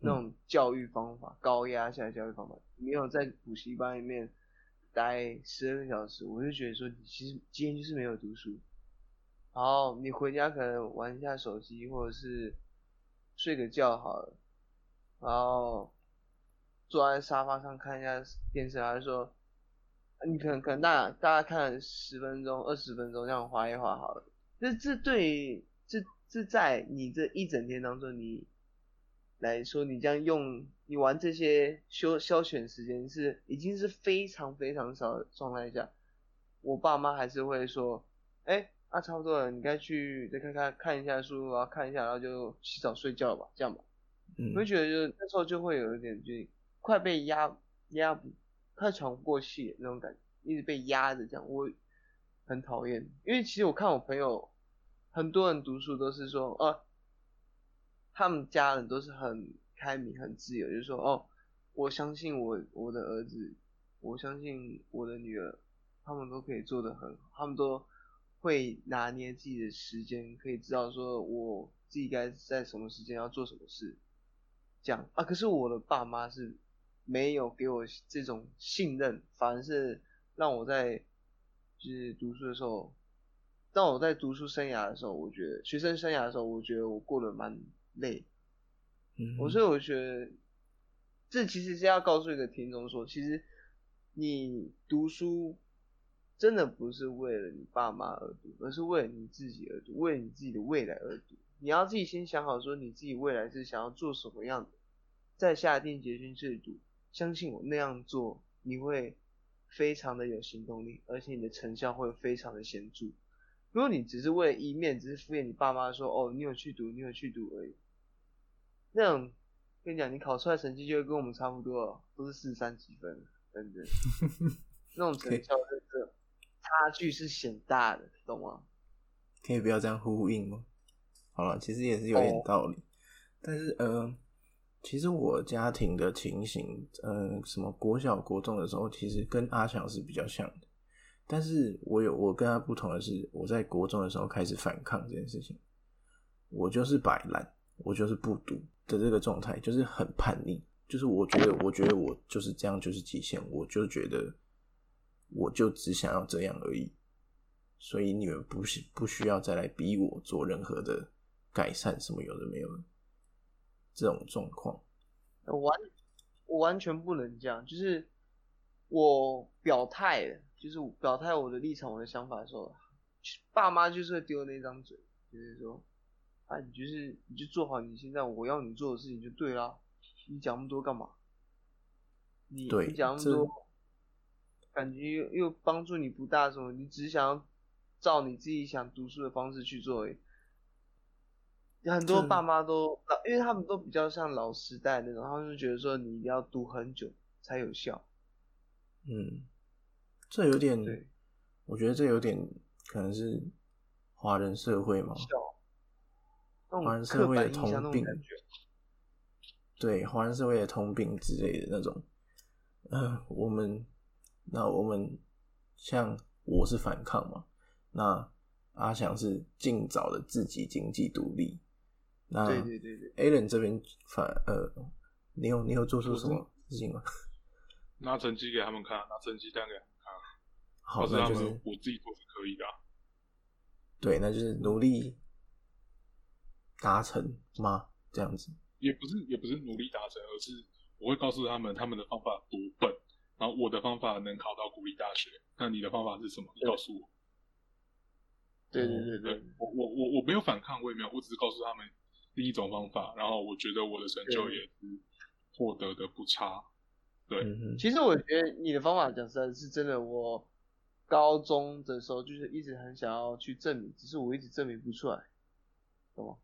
Speaker 3: 那种教育方法，高压下的教育方法。没有在补习班里面待十二个小时，我就觉得说你其实今天就是没有读书，然后你回家可能玩一下手机或者是睡个觉好了，然后坐在沙发上看一下电视，还是说。啊你可能可能大大家看了十分钟、二十分钟这样划一划好了，这这对于这这在你这一整天当中，你来说，你这样用你玩这些休消遣时间是已经是非常非常少的状态下，我爸妈还是会说，哎，啊差不多了，你该去再看看看一下书，然后看一下，然后就洗澡睡觉吧，这样吧。
Speaker 1: 嗯
Speaker 3: 你会觉得就是那时候就会有一点就是快被压压不快喘不过气的那种感觉，一直被压着这样，我很讨厌。因为其实我看我朋友很多人读书都是说，啊，哦他们家人都是很开明、很自由，就是说哦，我相信我我的儿子，我相信我的女儿，他们都可以做得很好，他们都会拿捏自己的时间，可以知道说我自己该在什么时间要做什么事，这样啊。可是我的爸妈是没有给我这种信任，反而是让我在就是读书的时候，当我在读书生涯的时候，我觉得学生生涯的时候，我觉得我过得蛮累。
Speaker 1: 嗯，
Speaker 3: 我所以我觉得这其实是要告诉一个听众说，其实你读书真的不是为了你爸妈而读，而是为了你自己而读，为了你自己的未来而读。你要自己先想好说你自己未来是想要做什么样的，再下定决心去读。相信我，那样做你会非常的有行动力，而且你的成效会非常的显著。如果你只是为了一面，只是敷衍你爸妈说哦，你有去读，你有去读而已，那样跟你讲，你考出来成绩就会跟我们差不多了，都是四三几分，真的，那种成效就是差距是显大的，懂吗？
Speaker 1: 可以不要这样呼应吗？好了，其实也是有点道理，但是呃，其实我家庭的情形，呃，什么国小、国中的时候，其实跟阿强是比较像的，但是我有我跟他不同的是，我在国中的时候开始反抗这件事情，我就是摆烂，我就是不读的这个状态，就是很叛逆，就是我觉得，我觉得我就是这样，就是极限，我就觉得，我就只想要这样而已。所以你们不需不需要再来逼我做任何的改善，什么有的没有的这种状况。
Speaker 3: 我完我完全不能这样，就是我表态了，就是我表态我的立场、我的想法的时候，爸妈就是会丢那张嘴，就是说啊，你就是你就做好你现在我要你做的事情就对啦，你讲那么多干嘛？你
Speaker 1: 对
Speaker 3: 你讲那么
Speaker 1: 这
Speaker 3: 多，感觉又又帮助你不大什么，你只想要照你自己想读书的方式去做而已。很多
Speaker 1: 这
Speaker 3: 爸妈都，因为他们都比较像老时代那种，他们就觉得说你一定要读很久才有效。
Speaker 1: 嗯，这有点
Speaker 3: 对，
Speaker 1: 我觉得这有点可能是华人社会嘛，
Speaker 3: 啊那
Speaker 1: 华
Speaker 3: 种
Speaker 1: 人
Speaker 3: 刻
Speaker 1: 社会的
Speaker 3: 板印
Speaker 1: 通
Speaker 3: 象那种
Speaker 1: 病
Speaker 3: 感觉。，
Speaker 1: 对华人社会的通病之类的那种。呃，我们那我们像我是反抗嘛，那阿翔是尽早的自己经济独立。那
Speaker 3: 对对对对，
Speaker 1: Alan 这边反呃，你有你有做出什么事情吗？
Speaker 2: 拿成绩给他们看，拿成绩单给他们看，
Speaker 1: 好，
Speaker 2: 告诉
Speaker 1: 那
Speaker 2: 他
Speaker 1: 就
Speaker 2: 们
Speaker 1: 是
Speaker 2: 我自己做是可以的啊、
Speaker 1: 对，那就是努力达成吗？这样子，
Speaker 2: 也不是也不是努力达成，而是我会告诉他们他们的方法多笨，然后我的方法能考到国立大学，那你的方法是什么？你告诉我。
Speaker 3: 对对对对
Speaker 1: 嗯
Speaker 2: 对，我我我我没有反抗，我也没有，我只是告诉他们另一种方法，然后我觉得我的成就
Speaker 3: 对
Speaker 2: 也是获得的不差。对
Speaker 1: 嗯哼，
Speaker 3: 其实我觉得你的方法讲实在是真的，我高中的时候就是一直很想要去证明，只是我一直证明不出来，懂吗？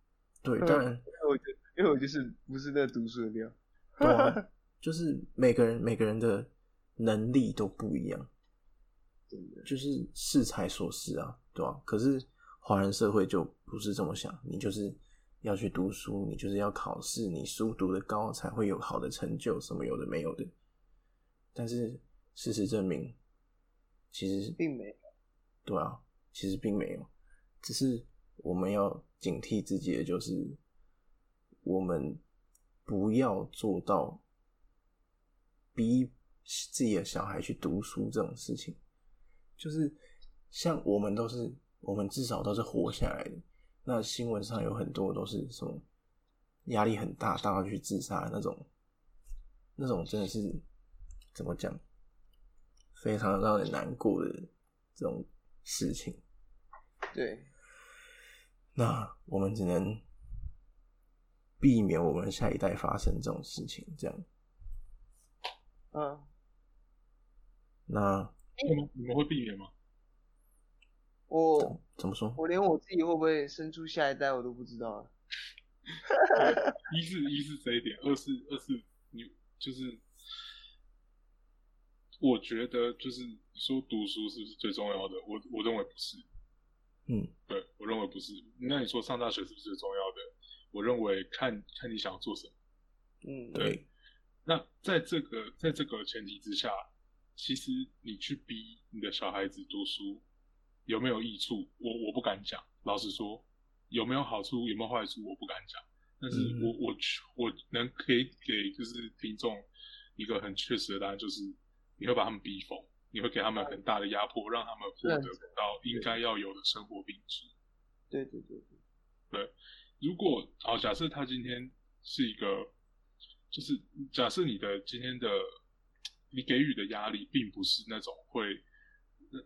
Speaker 1: 对，
Speaker 3: 嗯
Speaker 1: 当然，
Speaker 3: 因为我觉得，因为我就是不是那读书的料。
Speaker 1: 对 啊，就是每个人每个人的能力都不一样，
Speaker 3: 真的，
Speaker 1: 就是适才所适啊，对吧、可是华人社会就不是这么想，你就是要去读书，你就是要考试，你书读得高才会有好的成就，什么有的没有的。但是事实证明，其实
Speaker 3: 并没有。
Speaker 1: 对啊，其实并没有，只是我们要警惕自己的就是，我们不要做到逼自己的小孩去读书这种事情。就是像我们都是，我们至少都是活下来的。那新闻上有很多都是什么压力很大，大到去自杀的那种，那种真的是怎么讲，非常让人难过的这种事情。
Speaker 3: 对，
Speaker 1: 那我们只能避免我们下一代发生这种事情。这样，
Speaker 3: 嗯，
Speaker 1: 那
Speaker 2: 你们你们会避免吗？
Speaker 3: 我
Speaker 1: 怎么说？
Speaker 3: 我连我自己会不会生出下一代我都不知道啊。
Speaker 2: 一是一是这一点，二是二是你就是，我觉得就是你说读书是不是最重要的？我我认为不是，
Speaker 1: 嗯，
Speaker 2: 对我认为不是。那你说上大学是不是最重要的？我认为看看你想要做什么。
Speaker 3: 嗯，
Speaker 1: 对，
Speaker 2: 那在这个在这个前提之下，其实你去逼你的小孩子读书有没有益处？我我不敢讲，老实说，有没有好处，有没有坏处，我不敢讲。但是
Speaker 1: 嗯
Speaker 2: 我、我我能可以给就是听众一个很确实的答案，就是你会把他们逼疯，你会给他们很大的压迫，让他们获得
Speaker 3: 对
Speaker 2: 不到应该要有的生活品质。
Speaker 3: 对对对，
Speaker 2: 如果哦，假设他今天是一个，就是假设你的今天的你给予的压力，并不是那种会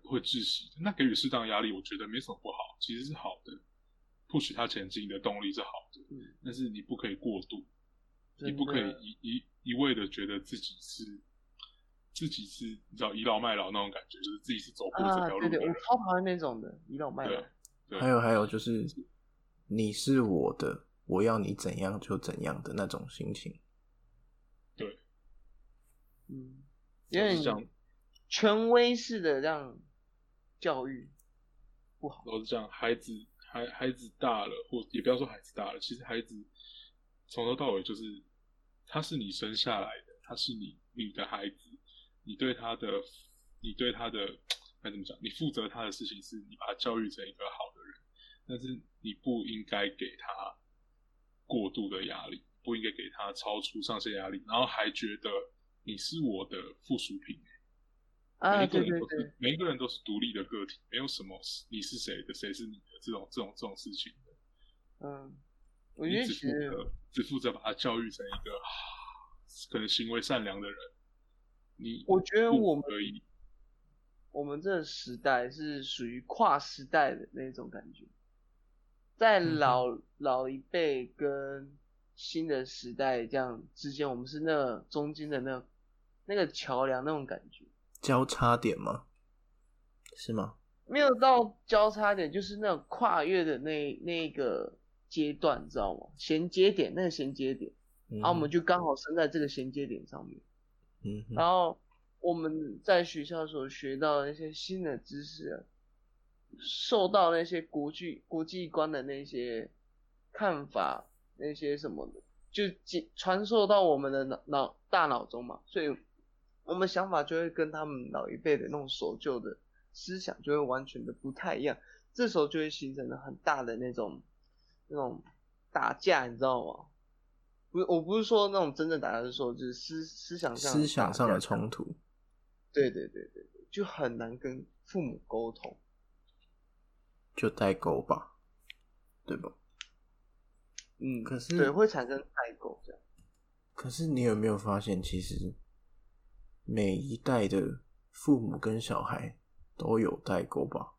Speaker 2: 会窒息的，那给予适当的压力，我觉得没什么不好，其实是好的，迫使他前进的动力是好的，
Speaker 3: 嗯
Speaker 2: 但是你不可以过度，
Speaker 3: 真
Speaker 2: 你不
Speaker 3: 的
Speaker 2: 可以一一一味的觉得自己是自己是你知道倚老卖老那种感觉，就是自己是走过这
Speaker 3: 啊，
Speaker 2: 条
Speaker 3: 对
Speaker 2: 路的
Speaker 3: 对，
Speaker 2: 人，
Speaker 3: 我超讨厌那种的倚老卖
Speaker 2: 对
Speaker 3: 老。
Speaker 2: 对
Speaker 1: 还有还有就是，你是我的，我要你怎样就怎样的那种心情。
Speaker 3: 嗯，有
Speaker 2: 都
Speaker 3: 点
Speaker 2: 是这样，
Speaker 3: 权威式的这样教育不好。
Speaker 2: 都是这样，孩子孩孩子大了，或也不要说孩子大了，其实孩子从头到尾就是他是你生下来的，他是你你的孩子，你对他的你对他的该怎么讲？你负责他的事情是你把他教育成一个好的人，但是你不应该给他过度的压力，不应该给他超出上限压力，然后还觉得你是我的附属品。每
Speaker 3: 啊，
Speaker 2: 一个
Speaker 3: 对
Speaker 2: 人
Speaker 3: 对
Speaker 2: 都
Speaker 3: 对，
Speaker 2: 是每一个人都是独立的个体，没有什么是你是谁的，谁是你的这种这种这种事情的。
Speaker 3: 嗯，我觉
Speaker 2: 你
Speaker 3: 得
Speaker 2: 只
Speaker 3: 其
Speaker 2: 负
Speaker 3: 实
Speaker 2: 责只负责把他教育成一个啊可能行为善良的人。你
Speaker 3: 我觉得
Speaker 2: 不
Speaker 3: 我们
Speaker 2: 可以，
Speaker 3: 我们这个时代是属于跨时代的那种感觉，
Speaker 2: 嗯
Speaker 3: 在老、老一辈跟新的时代这样之间，我们是那个中间的那个那个桥梁那种感觉，
Speaker 1: 交叉点吗？是吗？
Speaker 3: 没有到交叉点，就是那种跨越的那那个阶段，你知道吗？衔接点，那个衔接点，
Speaker 1: 嗯
Speaker 3: 啊然后我们就刚好生在这个衔接点上面。
Speaker 1: 嗯哼
Speaker 3: 然后我们在学校所学到的那些新的知识啊，受到那些国际国际观的那些看法，那些什么的，就接传授到我们的脑脑大脑中嘛，所以我们想法就会跟他们老一辈的那种守旧的思想就会完全的不太一样，这时候就会形成了很大的那种那种打架，你知道吗？不是，我不是说那种真正打架，是说就是思思想上
Speaker 1: 思想上
Speaker 3: 打
Speaker 1: 的
Speaker 3: 架
Speaker 1: 冲突，
Speaker 3: 对对对对对，就很难跟父母沟通。
Speaker 1: 就代沟吧，对吧？
Speaker 3: 嗯，
Speaker 1: 可是
Speaker 3: 对会产生代沟这样。
Speaker 1: 可是你有没有发现，其实每一代的父母跟小孩都有代沟吧，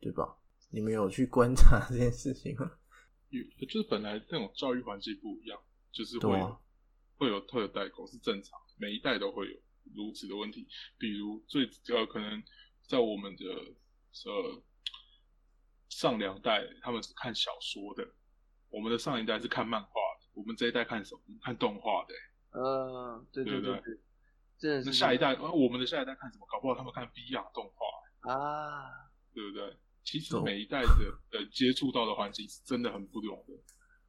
Speaker 1: 对吧？你们有去观察这件事情吗？
Speaker 2: 有就是本来那种教育环境不一样，就是
Speaker 1: 对
Speaker 2: 会
Speaker 1: 啊
Speaker 2: 有会有会有代沟是正常的，每一代都会有如此的问题。比如最呃，可能在我们的呃上两代，他们是看小说的，我们的上一代是看漫画的，我们这一代看什么？看动画的、
Speaker 3: 呃，对
Speaker 2: 对
Speaker 3: 对
Speaker 2: 不
Speaker 3: 对，真的
Speaker 2: 那
Speaker 3: 是
Speaker 2: 下一
Speaker 3: 这样
Speaker 2: 代、呃，我们的下一代看什么？搞不好他们看 VR 动画、
Speaker 3: 啊，
Speaker 2: 对不对？其实
Speaker 1: 懂
Speaker 2: 每一代的的接触到的环境是真的很不同的。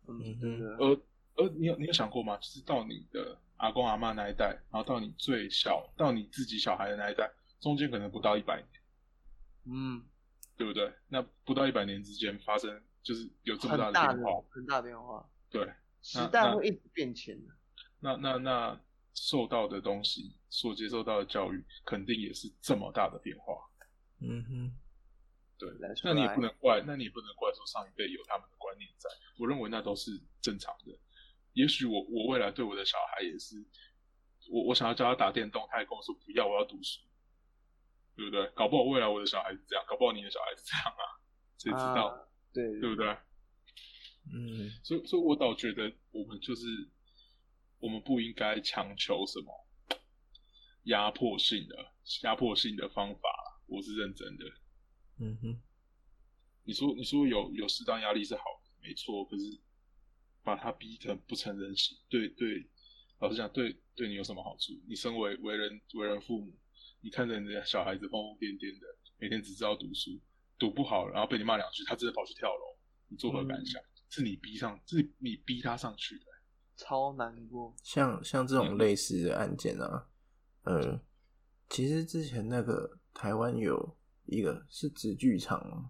Speaker 1: 嗯
Speaker 3: 嗯，真的，
Speaker 2: 而而你有你有想过吗？就是到你的阿公阿嬷那一代，然后到你最小到你自己小孩的那一代，中间可能不到一百年，
Speaker 3: 嗯，
Speaker 2: 对不对？那不到一百年之间发生，就是有这么
Speaker 3: 很
Speaker 2: 大的
Speaker 3: 大
Speaker 2: 变
Speaker 3: 的
Speaker 2: 化，
Speaker 3: 很大变化，
Speaker 2: 对。
Speaker 3: 时代
Speaker 2: 那
Speaker 3: 会一直变迁的。
Speaker 2: 那那那受到的东西，所接受到的教育，肯定也是这么大的变化。
Speaker 1: 嗯哼，
Speaker 2: 对，
Speaker 3: 来说
Speaker 2: 那你也
Speaker 3: 来
Speaker 2: 不能怪，那你也不能怪说上一辈有他们的观念在，我认为那都是正常的。也许我我未来对我的小孩也是，我我想要教他打电动，他也跟我说不要，我要读书，对不对？搞不好未来我的小孩是这样，搞不好你的小孩是这样啊，谁知道，
Speaker 3: 啊对
Speaker 2: 对不对？
Speaker 1: 嗯，
Speaker 2: 所以，所以我倒觉得我们就是我们不应该强求什么压迫性的压迫性的方法，我是认真的。
Speaker 1: 嗯哼，
Speaker 2: 你说你说有有适当压力是好的，没错，可是把他逼成不成人形，对对，老实讲，对对你有什么好处？你身为为人为人父母，你看着你的小孩子疯疯癫癫的，每天只知道读书，读不好，然后被你骂两句，他真的跑去跳楼，你作何感想？是你逼上，是你逼他上去的。
Speaker 3: 超难过。
Speaker 1: 像像这种
Speaker 2: 嗯
Speaker 1: 类似的案件啊，呃，其实之前那个台湾有一个是子剧场吗？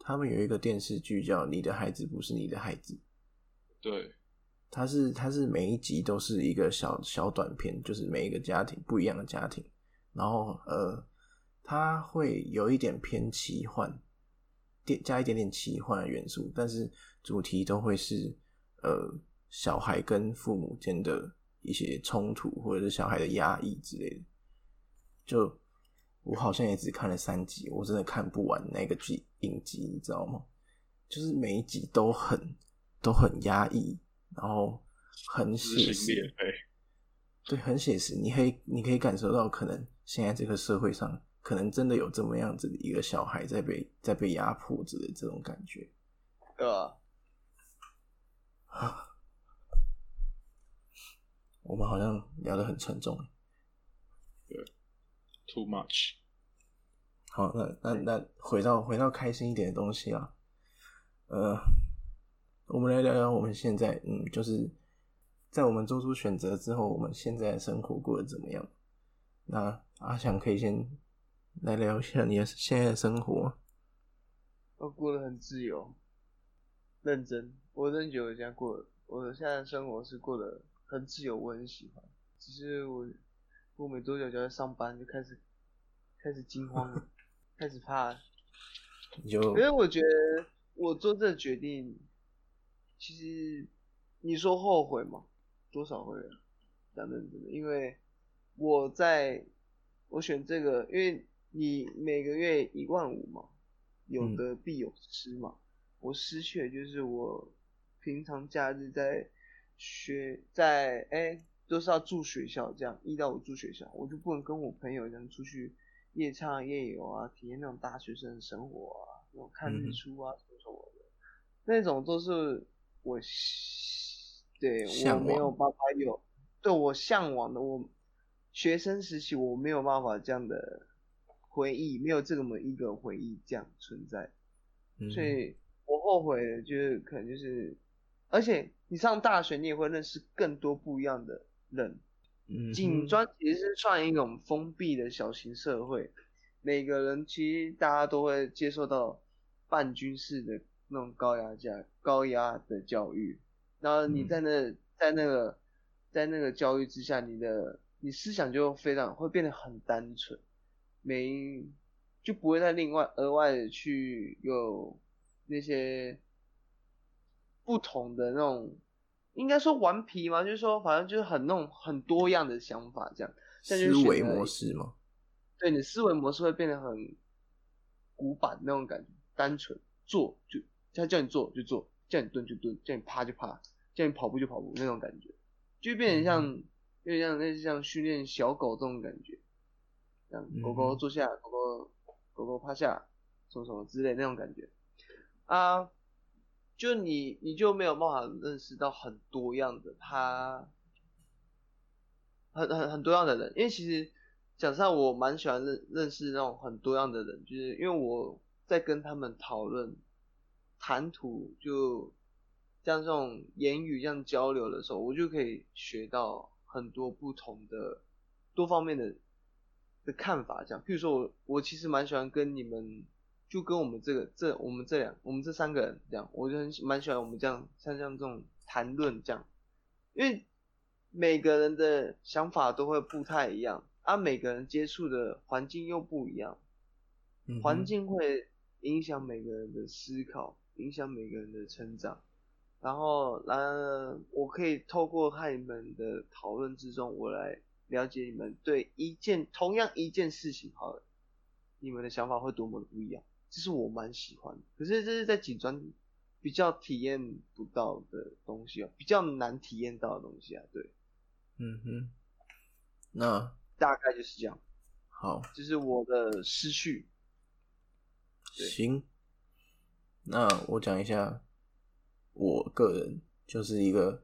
Speaker 1: 他们有一个电视剧叫《你的孩子不是你的孩子》，
Speaker 2: 对，
Speaker 1: 它是它是每一集都是一个小小短片，就是每一个家庭不一样的家庭，然后呃，它会有一点偏奇幻，点加一点点奇幻的元素，但是主题都会是呃小孩跟父母间的一些冲突，或者是小孩的压抑之类的。就我好像也只看了三集，我真的看不完那个剧影集，你知道吗？就是每一集都很都很压抑，然后很
Speaker 2: 撕
Speaker 1: 写
Speaker 2: 心裂
Speaker 1: 实，
Speaker 2: 肺。
Speaker 1: 对，很写实。你可以你可以感受到，可能现在这个社会上，可能真的有这么样子的一个小孩在被在被压迫之类的这种感觉。
Speaker 3: 对吧？
Speaker 1: 我们好像聊得很沉重。
Speaker 2: Too much。
Speaker 1: 好，那那那回到回到开心一点的东西啊，呃，我们来聊聊我们现在，嗯，就是在我们做出选择之后，我们现在的生活过得怎么样？那阿翔可以先来聊一下你的现在的生活。
Speaker 3: 我过得很自由，认真，我真的觉得我现在过得，我现在的生活是过得很自由，我很喜欢。只是我过没多久就要上班，就开始开始惊慌 了，开始怕了。
Speaker 1: 你就
Speaker 3: 因为我觉得我做这个决定，其实你说后悔吗？多少会啊，讲认真的，因为我在我选这个，因为你每个月一万五嘛，有
Speaker 1: 嗯
Speaker 3: 得必有失嘛。我失去的就是我平常假日在学在哎、都是要住学校这样，一到五住学校，我就不能跟我朋友这样出去夜唱夜游啊，体验那种大学生的生活啊，那种看
Speaker 1: 嗯
Speaker 3: 日
Speaker 1: 哼
Speaker 3: 出啊什么什么的，那种都是我希对我
Speaker 1: 向
Speaker 3: 没有
Speaker 1: 往
Speaker 3: 办法有，对我向往的我学生时期我没有办法这样的回忆，没有这么一个回忆这样存在。
Speaker 1: 嗯
Speaker 3: 所以我后悔的就是可能就是，而且你上大学你也会认识更多不一样的人。
Speaker 1: 嗯
Speaker 3: 警专其实是算一种封闭的小型社会，每个人其实大家都会接受到半军事的那种高压价高压的教育，然后你
Speaker 1: 嗯
Speaker 3: 在那、在那个在那个教育之下，你的你思想就非常会变得很单纯，没就不会再另外额外的去有那些不同的那种，应该说顽皮嘛，就是说反正就是很那种很多样的想法这样，但就
Speaker 1: 思
Speaker 3: 选
Speaker 1: 维
Speaker 3: 择
Speaker 1: 模式嘛，
Speaker 3: 对你的思维模式会变得很古板那种感觉，单纯做就他叫你做就做，叫你蹲就蹲，叫你趴就趴，叫你跑步就跑步那种感觉，就变成像有点像类似像训练小狗这种感觉，像狗狗
Speaker 1: 嗯
Speaker 3: 坐下，狗狗狗狗趴下，什么什么之类那种感觉啊，就你你就没有办法认识到很多样的他很很很多样的人，因为其实讲实在，我蛮喜欢认认识那种很多样的人，就是因为我在跟他们讨论、谈吐，就像这种言语这样交流的时候，我就可以学到很多不同的多方面的的看法。这样，譬如说我我其实蛮喜欢跟你们，就跟我们这个这我们这两我们这三个人这样，我就很喜蛮喜欢我们这样像像这种谈论这样，因为每个人的想法都会不太一样，啊，每个人接触的环境又不一样，
Speaker 1: 嗯哼
Speaker 3: 环境会影响每个人的思考，影响每个人的成长。然后，然而，我可以透过和你们的讨论之中，我来了解你们对一件同样一件事情，好了，你们的想法会多么的不一样。这是我蛮喜欢的，可是这是在警专比较体验不到的东西啊，比较难体验到的东西啊。对，
Speaker 1: 嗯哼，那
Speaker 3: 大概就是这样，
Speaker 1: 好，
Speaker 3: 这、是我的失去。对
Speaker 1: 行，那我讲一下，我个人就是一个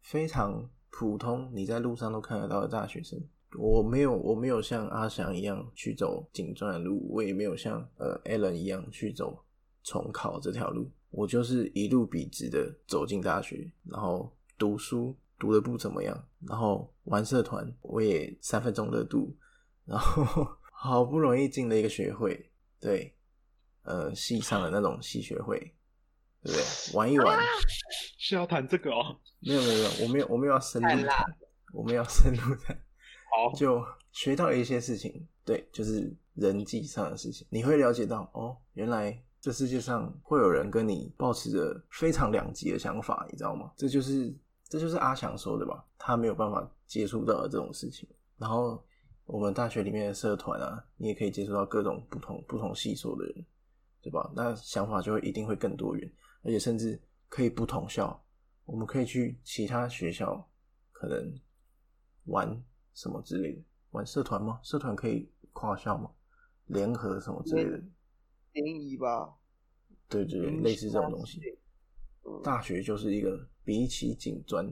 Speaker 1: 非常普通，你在路上都看得到的大学生。我没有，我没有像阿翔一样去走警专的路，我也没有像呃 Allen 一样去走重考这条路。我就是一路笔直的走进大学，然后读书读的不怎么样，然后玩社团我也三分钟热度，然后 好不容易进了一个学会，对，呃，系上的那种系学会，对不对？玩一玩，
Speaker 2: 是要谈这个哦。
Speaker 1: 没有没有没有，我没有我没有要深入
Speaker 3: 太辣
Speaker 1: 谈，我没有要深入谈，
Speaker 2: 好，
Speaker 1: 就学到一些事情，对，就是人际上的事情，你会了解到哦，原来这世界上会有人跟你保持着非常两极的想法，你知道吗？这就是这就是阿翔说的吧，他没有办法接触到的这种事情。然后我们大学里面的社团啊，你也可以接触到各种不同不同系所的人，对吧？那想法就会一定会更多元，而且甚至可以不同校，我们可以去其他学校，可能玩什么之类的，玩社团吗？社团可以跨校吗？联合什么之类的，
Speaker 3: 联谊吧，
Speaker 1: 对对对，
Speaker 2: 嗯
Speaker 1: 类似这种东西。
Speaker 3: 嗯
Speaker 1: 大学就是一个比起警专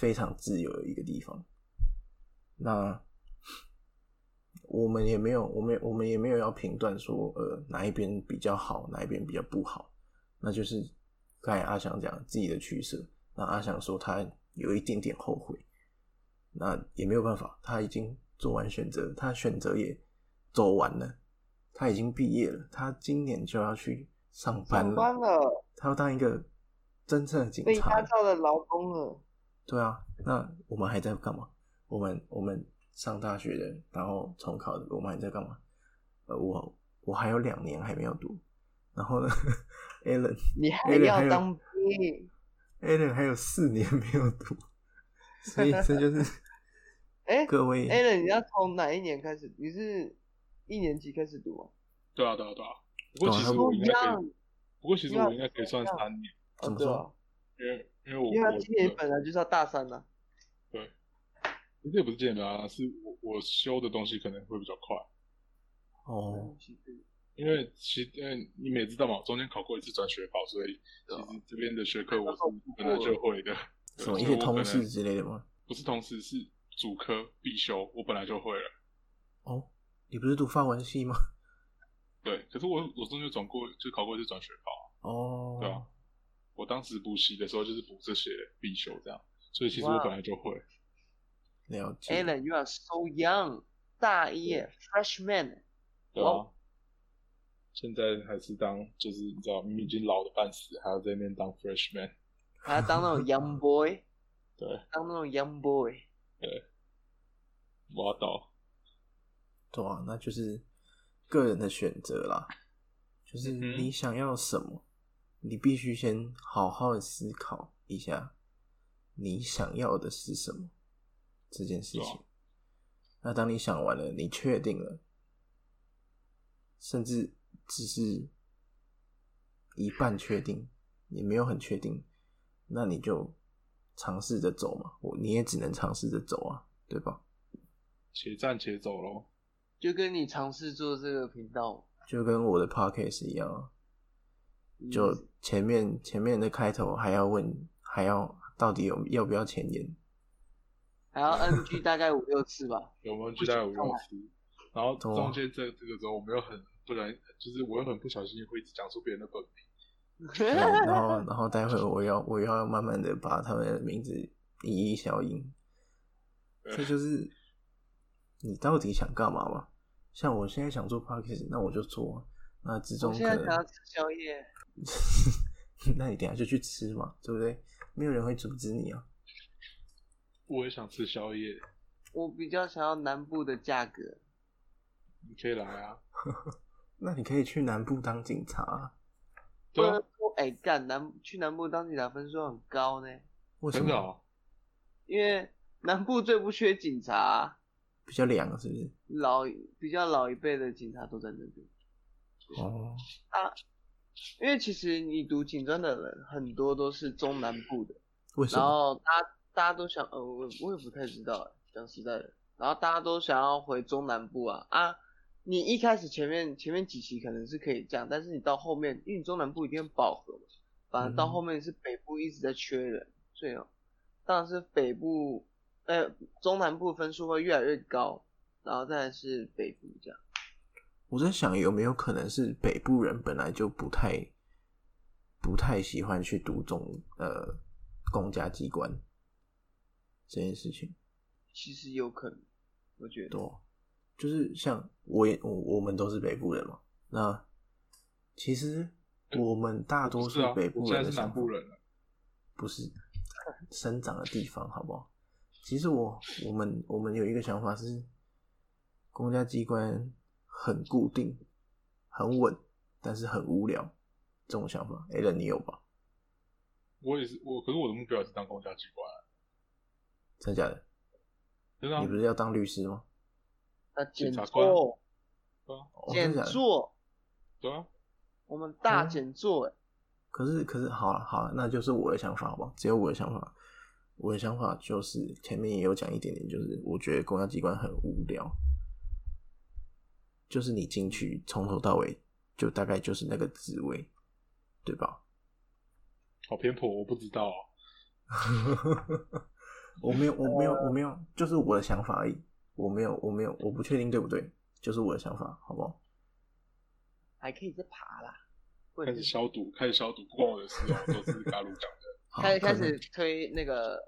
Speaker 1: 非常自由的一个地方。那我们也没有，我们我们也没有要评断说，呃，哪一边比较好，哪一边比较不好，那就是刚才阿翔讲自己的取舍。那阿翔说他有一点点后悔，那也没有办法，他已经做完选择，他选择也走完了，他已经毕业了，他今年就要去上班
Speaker 3: 上班了，
Speaker 1: 他要当一个真正的警
Speaker 3: 被
Speaker 1: 察
Speaker 3: 压。榨的劳工了，
Speaker 1: 对啊，那我们还在干嘛？我们我们上大学的，然后重考的，我们还在干嘛？呃，我我还有两年还没有读，然后呢 ，Allen
Speaker 3: 你还
Speaker 1: Allen 还
Speaker 3: 要
Speaker 1: 有
Speaker 3: 当兵？
Speaker 1: Allen 还有四年没有读，所以这就是
Speaker 3: 哎
Speaker 1: 各位
Speaker 3: a l n 你要从哪一年开始？你是一年级开始读哦吗？
Speaker 2: 对啊，对啊，对啊。不过
Speaker 1: 懂
Speaker 2: 其
Speaker 1: 了
Speaker 2: 实我
Speaker 3: 不一
Speaker 2: 应该可
Speaker 3: 样
Speaker 2: 以，，不过其实
Speaker 3: 不一样
Speaker 2: 我应该可以算三年，
Speaker 1: 怎
Speaker 3: 哦
Speaker 1: 么
Speaker 3: 对
Speaker 1: 说
Speaker 3: 啊，
Speaker 2: 因为因为我
Speaker 3: 因为他
Speaker 2: 我
Speaker 3: 今年本来就是要大三啊了，
Speaker 2: 其实也不是见面啊，是我我修的东西可能会比较快，
Speaker 1: 哦，
Speaker 2: 因为其因为你们也知道嘛，我中间考过一次转学考，所以其实这边的学科我是本来就会的，对
Speaker 1: 啊什么一
Speaker 2: 所以
Speaker 1: 些
Speaker 2: 我
Speaker 1: 通
Speaker 2: 本来
Speaker 1: 识之类的吗？
Speaker 2: 不是同时是主科必修，我本来就会了。
Speaker 1: 哦，你不是读法文系吗？
Speaker 2: 对，可是我我中间转过就考过一次转学考，
Speaker 1: 哦，
Speaker 2: 对啊我当时补习的时候就是补这些必修这样，所以其实我
Speaker 3: 哇
Speaker 2: 本来就会。
Speaker 1: 了
Speaker 3: a
Speaker 1: 解。
Speaker 3: l n you are so young，大一耶 freshman，
Speaker 2: 对
Speaker 3: 哇
Speaker 2: 啊，现在还是当就是你知道，明明已经老的半死，还要在那边当 freshman。
Speaker 3: 还要当那种 young boy，
Speaker 2: 对，
Speaker 3: 当那种 young boy。
Speaker 2: 我要倒。
Speaker 1: 对啊，那就是个人的选择啦，就是
Speaker 2: 嗯哼
Speaker 1: 你想要什么，你必须先好好的思考一下，你想要的是什么这件事
Speaker 2: 对
Speaker 1: 情
Speaker 2: 啊。
Speaker 1: 那当你想完了，你确定了，甚至只是一半确定，也没有很确定，那你就尝试着走嘛，我你也只能尝试着走啊，对吧？
Speaker 2: 且战且走咯。
Speaker 3: 就跟你尝试做这个频道，
Speaker 1: 就跟我的 podcast 一样啊，就
Speaker 3: 嗯
Speaker 1: 前面前面的开头还要问，还要到底有要不要前言？
Speaker 3: 还要 NG 大概五六 次吧。
Speaker 2: 有没有巨大有肉吃？然后
Speaker 1: 懂啊
Speaker 2: 中间这这个时候，我们又很不然，就是我又很不小心会一直讲出别人的本名。
Speaker 1: 对然后然后待会我要我要慢慢的把他们的名字一一消音，这就是你到底想干嘛嘛？像我现在想做 podcast，那我就做啊、那之
Speaker 3: 我
Speaker 1: 中
Speaker 3: 现
Speaker 1: 可
Speaker 3: 在想要
Speaker 1: 能，
Speaker 3: 吃宵夜，
Speaker 1: 那你等一下就去吃嘛，对不对？没有人会阻止你啊。
Speaker 2: 我也想吃宵夜，
Speaker 3: 我比较想要南部的价格。
Speaker 2: 你可以来啊。
Speaker 1: 那你可以去南部当警察、啊，
Speaker 2: 对
Speaker 3: 不
Speaker 2: 啊
Speaker 3: 能，说哎干南去南部当警察分数很高呢，
Speaker 1: 为什
Speaker 2: 真的
Speaker 1: 么？
Speaker 2: 哦。
Speaker 3: 因为南部最不缺警察啊、
Speaker 1: 比较凉啊是不是？
Speaker 3: 老比较老一辈的警察都在那边。
Speaker 1: 哦，
Speaker 3: 因为其实你读警专的人很多都是中南部的，
Speaker 1: 为什
Speaker 3: 然
Speaker 1: 么？
Speaker 3: 后大家大家都想，呃，我我也不太知道，讲实在的，然后大家都想要回中南部啊啊！你一开始前面前面几期可能是可以这样，但是你到后面，因为你中南部一定会饱和嘛，反而到
Speaker 1: 嗯
Speaker 3: 后面是北部一直在缺人，所以哦，当然是北部，呃，中南部分数会越来越高，然后再来是北部这样。
Speaker 1: 我在想有没有可能是北部人本来就不太不太喜欢去读总呃公家机关这件事情。
Speaker 3: 其实有可能，我觉得。
Speaker 1: 多，就是像我也我我们都是北部人嘛，那其实我们大多
Speaker 2: 是
Speaker 1: 数
Speaker 2: 啊，
Speaker 1: 北
Speaker 2: 我
Speaker 1: 部
Speaker 2: 现
Speaker 1: 人
Speaker 2: 在
Speaker 1: 的
Speaker 2: 是
Speaker 1: 想
Speaker 2: 南
Speaker 1: 法
Speaker 2: 部人啊了，
Speaker 1: 不是生长的地方，好不好？其实我我们我们有一个想法是，公家机关很固定、很稳，但是很无聊，这种想法。a l 你有吧？
Speaker 2: 我也是我，可是我的目标也是当公家机关啊，
Speaker 1: 真的假的？
Speaker 2: 真的啊
Speaker 1: 你不是要当律师吗？
Speaker 3: 那简
Speaker 2: 察官
Speaker 3: 座，
Speaker 2: 对啊，
Speaker 1: 哦、真
Speaker 3: 简
Speaker 1: 的假的？
Speaker 3: 座，
Speaker 2: 对啊，
Speaker 3: 我们大哎
Speaker 1: 嗯
Speaker 3: 简座，
Speaker 1: 可是可是好了好了，那就是我的想法，好不好？只有我的想法。我的想法就是前面也有讲一点点，就是我觉得公家机关很无聊，就是你进去从头到尾就大概就是那个职位，对吧？
Speaker 2: 好偏颇，我不知道、哦。
Speaker 1: 我没有我没有我没有，就是我的想法而已。我没有我没有我不确定对不对，就是我的想法，好不好？
Speaker 3: 还可以再爬啦。或
Speaker 2: 开
Speaker 3: 者
Speaker 2: 始
Speaker 3: 是
Speaker 2: 消毒，开始消毒，不关我的事哦，都是大陆讲的。
Speaker 1: 好
Speaker 3: 开
Speaker 1: 可
Speaker 3: 开
Speaker 1: 能
Speaker 3: 始推那个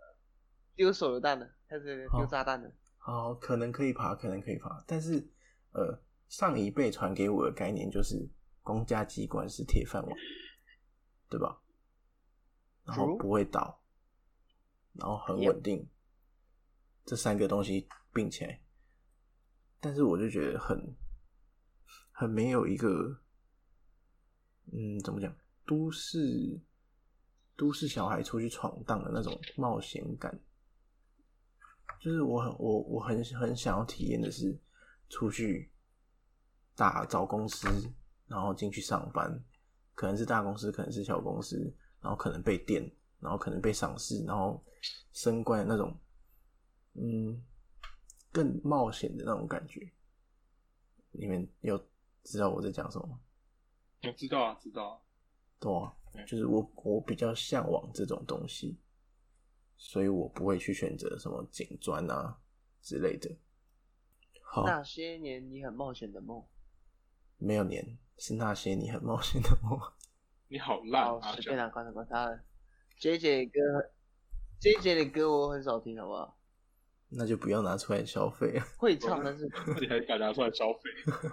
Speaker 3: 丢手榴弹了，开始
Speaker 1: 好
Speaker 3: 丢炸弹了。
Speaker 1: 好，可能可以爬，可能可以爬，但是呃，上一辈传给我的概念就是公家机关是铁饭碗，对吧？然后
Speaker 3: True
Speaker 1: 不会倒，然后很
Speaker 3: Yep
Speaker 1: 稳定这三个东西并起来，但是我就觉得很很没有一个，嗯，怎么讲，都市都市小孩出去闯荡的那种冒险感。就是我很我我很很想要体验的是，出去大找公司，然后进去上班，可能是大公司，可能是小公司，然后可能被电，然后可能被赏识，然后升官的那种，嗯，更冒险的那种感觉。你们有知道我在讲什么吗？
Speaker 2: 我知道啊，知道啊。
Speaker 1: 对啊
Speaker 2: 对
Speaker 1: 就是我我比较向往这种东西，所以我不会去选择什么警专啊之类的。好，
Speaker 3: 那些年你很冒险的梦，
Speaker 1: 没有年是那些你很冒险的梦。
Speaker 2: 你好烂
Speaker 3: 好
Speaker 2: 啊！
Speaker 3: 随
Speaker 2: 这
Speaker 3: 便
Speaker 2: 样
Speaker 3: 啦，关了关他了。J J 的歌，J J 的歌我很少听，好不好？
Speaker 1: 那就不要拿出来消费啊。
Speaker 3: 会唱，但是
Speaker 2: 你还敢拿出来消费？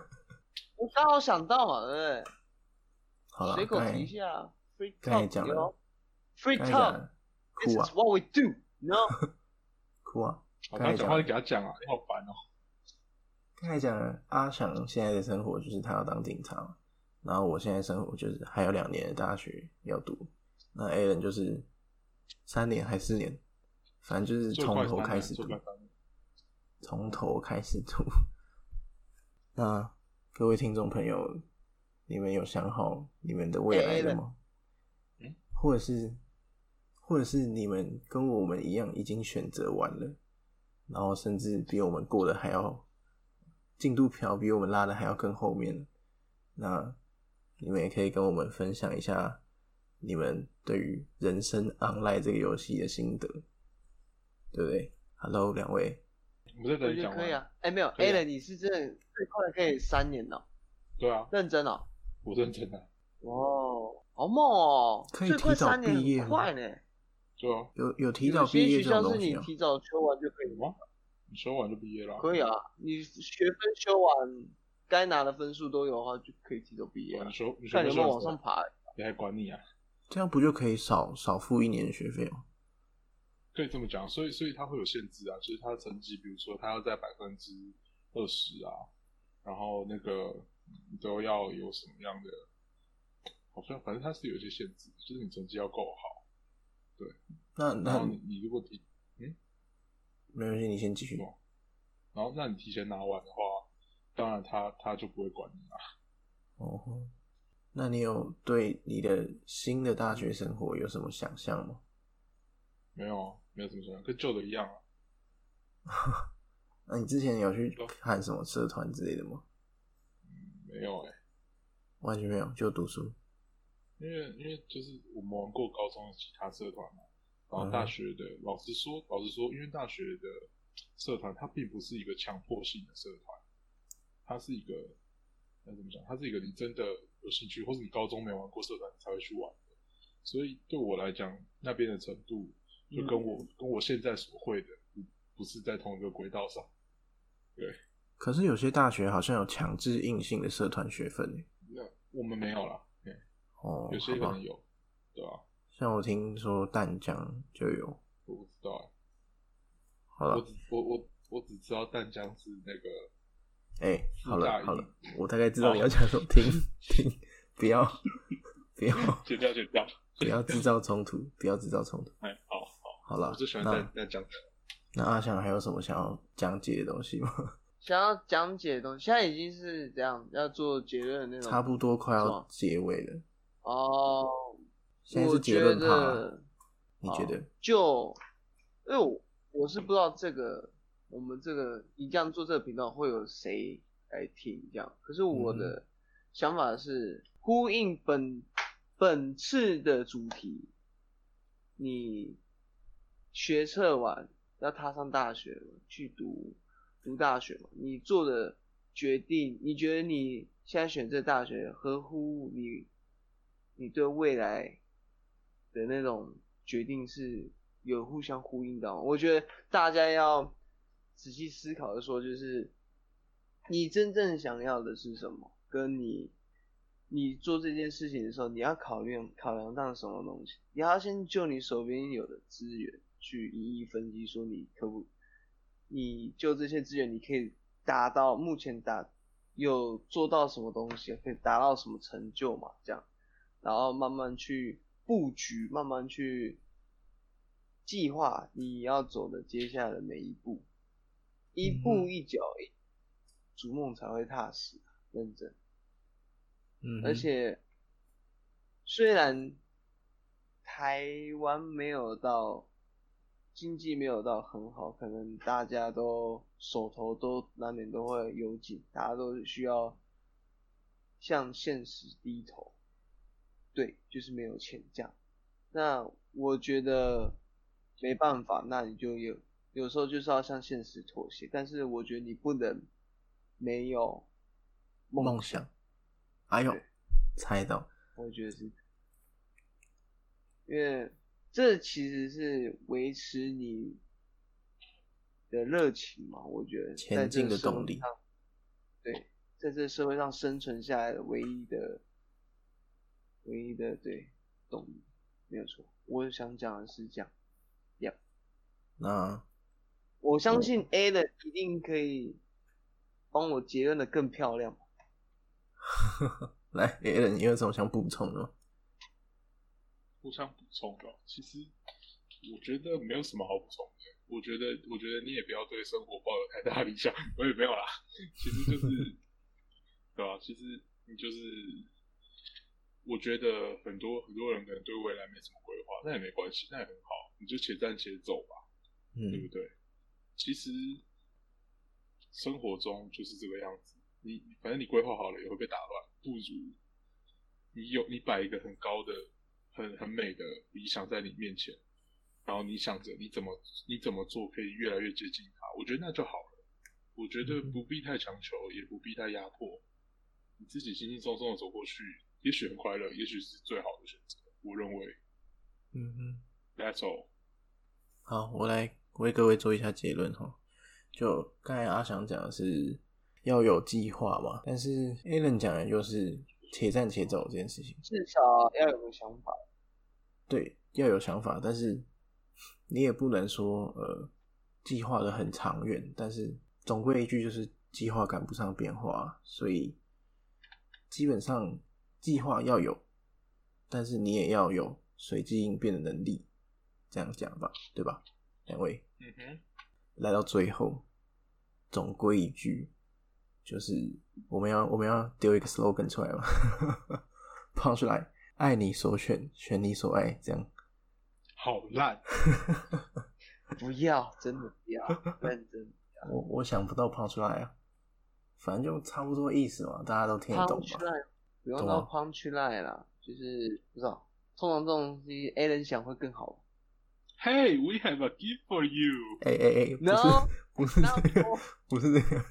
Speaker 3: 我刚好想到嘛，对
Speaker 1: 好
Speaker 3: 不
Speaker 1: 了，
Speaker 3: 对？随口
Speaker 1: 刚
Speaker 3: 提
Speaker 1: 才
Speaker 3: 一下，Free
Speaker 1: 刚才讲
Speaker 3: Talk，
Speaker 1: 了
Speaker 3: you know? Free
Speaker 1: 刚才讲
Speaker 3: Talk，This
Speaker 1: 了哭
Speaker 3: is
Speaker 1: 啊
Speaker 3: what we do，No，
Speaker 1: 哭啊！
Speaker 2: 好，
Speaker 1: 刚才
Speaker 2: 他
Speaker 1: 讲
Speaker 2: 讲
Speaker 1: 了
Speaker 2: 话就给他讲啊，你好烦哦。
Speaker 1: 刚才讲了阿翔现在的生活就是他要当警察，然后我现在生活就是还有两年的大学要读，那 A 人就是三年还四年，反正就是
Speaker 2: 最
Speaker 1: 从
Speaker 2: 快
Speaker 1: 头
Speaker 2: 三
Speaker 1: 开
Speaker 2: 年
Speaker 1: 始
Speaker 2: 最
Speaker 1: 读
Speaker 2: 快，三年
Speaker 1: 从头开始读。那各位听众朋友，你们有想好你们的未来了吗？
Speaker 2: 哎哎嗯
Speaker 1: 或者是，或者是你们跟我们一样已经选择完了，然后甚至比我们过得还要进度条比我们拉的还要更后面了。那你们也可以跟我们分享一下你们对于《人生 Online》这个游戏的心得，对不对？Hello，两位，
Speaker 2: 我们在
Speaker 3: 我
Speaker 2: 等你
Speaker 3: 觉得
Speaker 2: 讲
Speaker 3: 可以
Speaker 2: 完。
Speaker 3: 啊。哎，没有
Speaker 2: 可以啊
Speaker 3: ，Alan，你是真的最快可以三年哦，
Speaker 2: 对啊，
Speaker 3: 认真哦。
Speaker 2: 我认真的。
Speaker 3: 哇哦，好猛哦！
Speaker 1: 可以
Speaker 3: 最快
Speaker 1: 提早
Speaker 3: 三年
Speaker 1: 毕业
Speaker 3: 很
Speaker 1: 吗
Speaker 3: 快呢。
Speaker 2: 对啊，
Speaker 1: 有有提早毕业这
Speaker 3: 有些学
Speaker 1: 种
Speaker 3: 校
Speaker 1: 东
Speaker 3: 是
Speaker 1: 西
Speaker 3: 你
Speaker 1: 啊、
Speaker 3: 提早修完就可以
Speaker 2: 什么？你修完就毕业了啊？
Speaker 3: 可以啊，你学分修完，该拿的分数都有的话，就可以提早毕业
Speaker 2: 哇
Speaker 3: 啊
Speaker 2: 你。修你修
Speaker 3: 看
Speaker 2: 完
Speaker 3: 有
Speaker 2: 就
Speaker 3: 没有往上
Speaker 2: 上，
Speaker 3: 爬、
Speaker 2: 谁还管你啊？
Speaker 1: 这样不就可以少少付一年的学费吗？
Speaker 2: 可以这么讲，所以所以他会有限制啊，就是他的成绩，比如说他要在百分之二十啊，然后那个你都要有什么样的，好像反正他是有一些限制，就是你成绩要够好，
Speaker 1: 那
Speaker 2: 然
Speaker 1: 那
Speaker 2: 后你你如果提，
Speaker 1: 没关系，你先继续。
Speaker 2: 然后那你提前拿完的话，当然他他就不会管你啊。
Speaker 1: 哦吼，那你有对你的新的大学生活有什么想象吗？
Speaker 2: 没有啊，没有什么想法，跟旧的一样啊。
Speaker 1: 那你之前有去
Speaker 2: 有
Speaker 1: 看什么社团之类的吗？
Speaker 2: 没有哎、
Speaker 1: 完全没有，就读书。
Speaker 2: 因为因为就是我们玩过高中的其他社团嘛，然后
Speaker 1: 嗯
Speaker 2: 大学的，老实说，老实说，因为大学的社团它并不是一个强迫性的社团，它是一个，那怎么讲？它是一个你真的有兴趣，或是你高中没玩过社团你才会去玩的。所以对我来讲，那边的程度就跟我、
Speaker 1: 嗯
Speaker 2: 跟我现在所会的不不是在同一个轨道上。
Speaker 1: 可是有些大学好像有强制硬性的社团学分耶
Speaker 2: 那我们没有啦，嗯
Speaker 1: 哦，
Speaker 2: 有些
Speaker 1: 好
Speaker 2: 可
Speaker 1: 吧
Speaker 2: 能，有，对啊吧、
Speaker 1: 像我听说淡江就有，
Speaker 2: 我不知道欸
Speaker 1: 好了
Speaker 2: 我，只我我我只知道淡江是那个
Speaker 1: 哎、好
Speaker 2: 大
Speaker 1: 了
Speaker 2: 一
Speaker 1: 好了，我大概知道你要讲什么，停停，不要不要
Speaker 2: 剪掉剪掉，
Speaker 1: 不要制造冲突，不要制造冲突，
Speaker 2: 哎，好好，
Speaker 1: 好了
Speaker 2: 我最喜，欢淡
Speaker 1: 那
Speaker 2: 淡江的。
Speaker 1: 那阿翔还有什么想要讲解的东西吗？
Speaker 3: 想要讲解的东西，现在已经是这样要做结论的那种。
Speaker 1: 差不多快
Speaker 3: 是
Speaker 1: 要
Speaker 3: 吗
Speaker 1: 结尾了，
Speaker 3: 哦，
Speaker 1: 现在是
Speaker 3: 我
Speaker 1: 结
Speaker 3: 觉
Speaker 1: 论趴
Speaker 3: 得，
Speaker 1: 你觉得？
Speaker 3: 哦就因为我我是不知道这个我们这个一样做这个频道会有谁来听这样，可是我
Speaker 1: 嗯
Speaker 3: 的想法是呼应本本次的主题，你学测完要踏上大学了，去读读大学嘛，你做的决定，你觉得你现在选这大学合乎你你对未来的那种决定是有互相呼应的哦。我觉得大家要仔细思考的说，就是你真正想要的是什么，跟你你做这件事情的时候，你要考虑考量到什么东西，你要先就你手边有的资源去一一分析，说你可不，你就这些资源，你可以达到目前达有做到什么东西，可以达到什么成就嘛，这样。然后慢慢去布局，慢慢去计划你要走的接下来的每一步，一步一脚印，逐梦才会踏实，啊认真。
Speaker 1: 嗯哼，
Speaker 3: 而且虽然台湾没有到经济没有到很好，可能大家都手头都难免都会有紧，大家都需要向现实低头。对，就是没有钱这样。那我觉得没办法，那你就有有时候就是要向现实妥协，但是我觉得你不能没有
Speaker 1: 梦想，哎呦
Speaker 3: 对，
Speaker 1: 猜到，
Speaker 3: 我觉得是，因为这其实是维持你的热情嘛，我觉得
Speaker 1: 前
Speaker 3: 在这
Speaker 1: 进的
Speaker 3: 社会
Speaker 1: 动力
Speaker 3: 上。对，在这社会上生存下来的唯一的、唯一的对动力，没有错。我想讲的是这样，
Speaker 1: 那
Speaker 3: 我相
Speaker 1: 嗯
Speaker 3: 信 A 的一定可以帮我结论的更漂亮。
Speaker 1: 来 a l 你有什么想补充的吗？
Speaker 2: 互相补充的哦。其实我觉得没有什么好补充的。我觉得，我觉得你也不要对生活抱有太大的理想，我也没有啦。 其实就是，对吧、其实你就是，我觉得很多很多人可能对未来没什么规划，那也没关系，那也很好，你就且战且走吧，对不
Speaker 1: 嗯，
Speaker 2: 对？其实生活中就是这个样子，你反正你规划好了也会被打乱，不如你有你摆一个很高的、很很美的理想在你面前，然后你想着你怎么你怎么做可以越来越接近它，我觉得那就好了。我觉得不必太强求，也不必太压迫，你自己轻轻松松的走过去，也许很快乐，也许是最好的选择。我认为
Speaker 1: 嗯哼。
Speaker 2: ，That's all。
Speaker 1: 好，我来为各位做一下结论哈。就刚才阿翔讲的是要有计划嘛，但是 Alan 讲的就是且战且走这件事情。
Speaker 3: 至少要有个想法，
Speaker 1: 对，要有想法，但是你也不能说呃计划的很长远，但是总归一句就是计划赶不上变化，所以基本上计划要有，但是你也要有随机应变的能力，这样讲吧，对吧？两位。
Speaker 2: 嗯哼，
Speaker 1: 来到最后，总归一句，就是我们要我们要丢一个 slogan 出来嘛， 放出来，爱你所选，选你所爱，这样。
Speaker 2: 好烂。
Speaker 3: 不要，真的 不要，认真。
Speaker 1: 我我想不到胖出来啊，反正就差不多意思嘛，大家都听得懂吧？
Speaker 3: punchline，不用
Speaker 1: 懂啊吗
Speaker 3: 到 punchline 啦，就是不知道，通常这种东西 A 人想会更好。
Speaker 2: Hey, we have a gift for you。
Speaker 1: 哎哎哎，不是
Speaker 3: No，
Speaker 1: 不是
Speaker 3: 那
Speaker 1: 这个，
Speaker 3: 我
Speaker 1: 不是这个，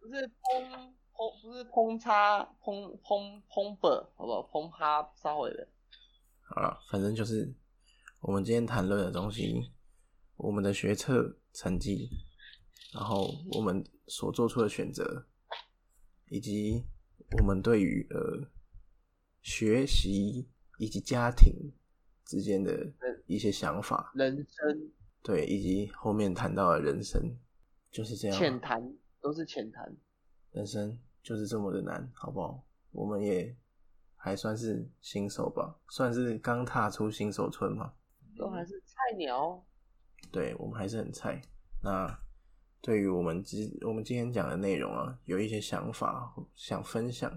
Speaker 3: 不是烹烹不是烹叉烹烹烹本，好不好？烹哈稍微的，
Speaker 1: 好了，反正就是我们今天谈论的东西，我们的学测成绩，然后我们所做出的选择，以及我们对于呃学习以及家庭之间的一些想法，
Speaker 3: 人生
Speaker 1: 对，以及后面谈到的人生，就是这样
Speaker 3: 浅
Speaker 1: 啊，嗯
Speaker 3: 谈都是浅谈，
Speaker 1: 人生就是这么的难，好不好？我们也还算是新手吧，算是刚踏出新手村嘛。
Speaker 3: 都还是菜鸟。
Speaker 1: 对我们还是很菜。那对于我们今我们今天讲的内容啊，有一些想法想分享，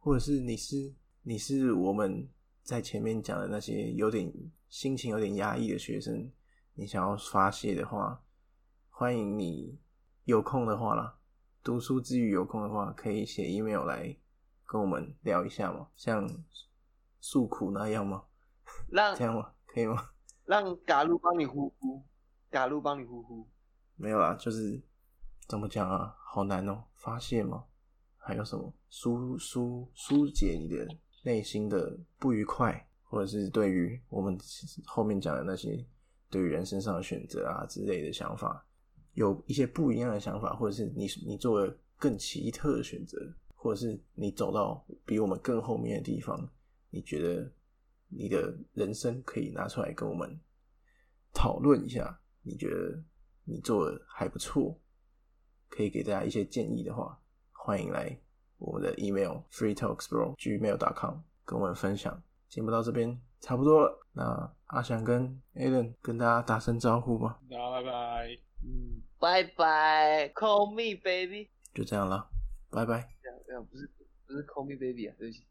Speaker 1: 或者是你是你是我们在前面讲的那些有点心情有点压抑的学生，你想要发泄的话，欢迎你有空的话啦，读书之余有空的话，可以写 email 来跟我们聊一下嘛，像诉苦那样吗？
Speaker 3: 让
Speaker 1: 这样吗？可以吗？
Speaker 3: 让嘎路帮你呼呼，嘎路帮你呼呼。
Speaker 1: 没有啦，就是怎么讲啊，好难哦、发泄吗？还有什么疏疏疏解你的内心的不愉快，或者是对于我们后面讲的那些对于人身上的选择啊之类的想法，有一些不一样的想法，或者是你你做了更奇特的选择，或者是你走到比我们更后面的地方，你觉得你的人生可以拿出来跟我们讨论一下，你觉得你做的还不错，可以给大家一些建议的话，欢迎来我们的 email freetalksbro@gmail.com 跟我们分享。节目到这边差不多了，那阿翔跟 Alan 跟大家打声招呼吧，
Speaker 2: 大家拜拜。
Speaker 3: 嗯，拜拜，Call me baby，
Speaker 1: 就这样了，拜拜。
Speaker 3: 没有不是不是 Call me baby 啊，对不起。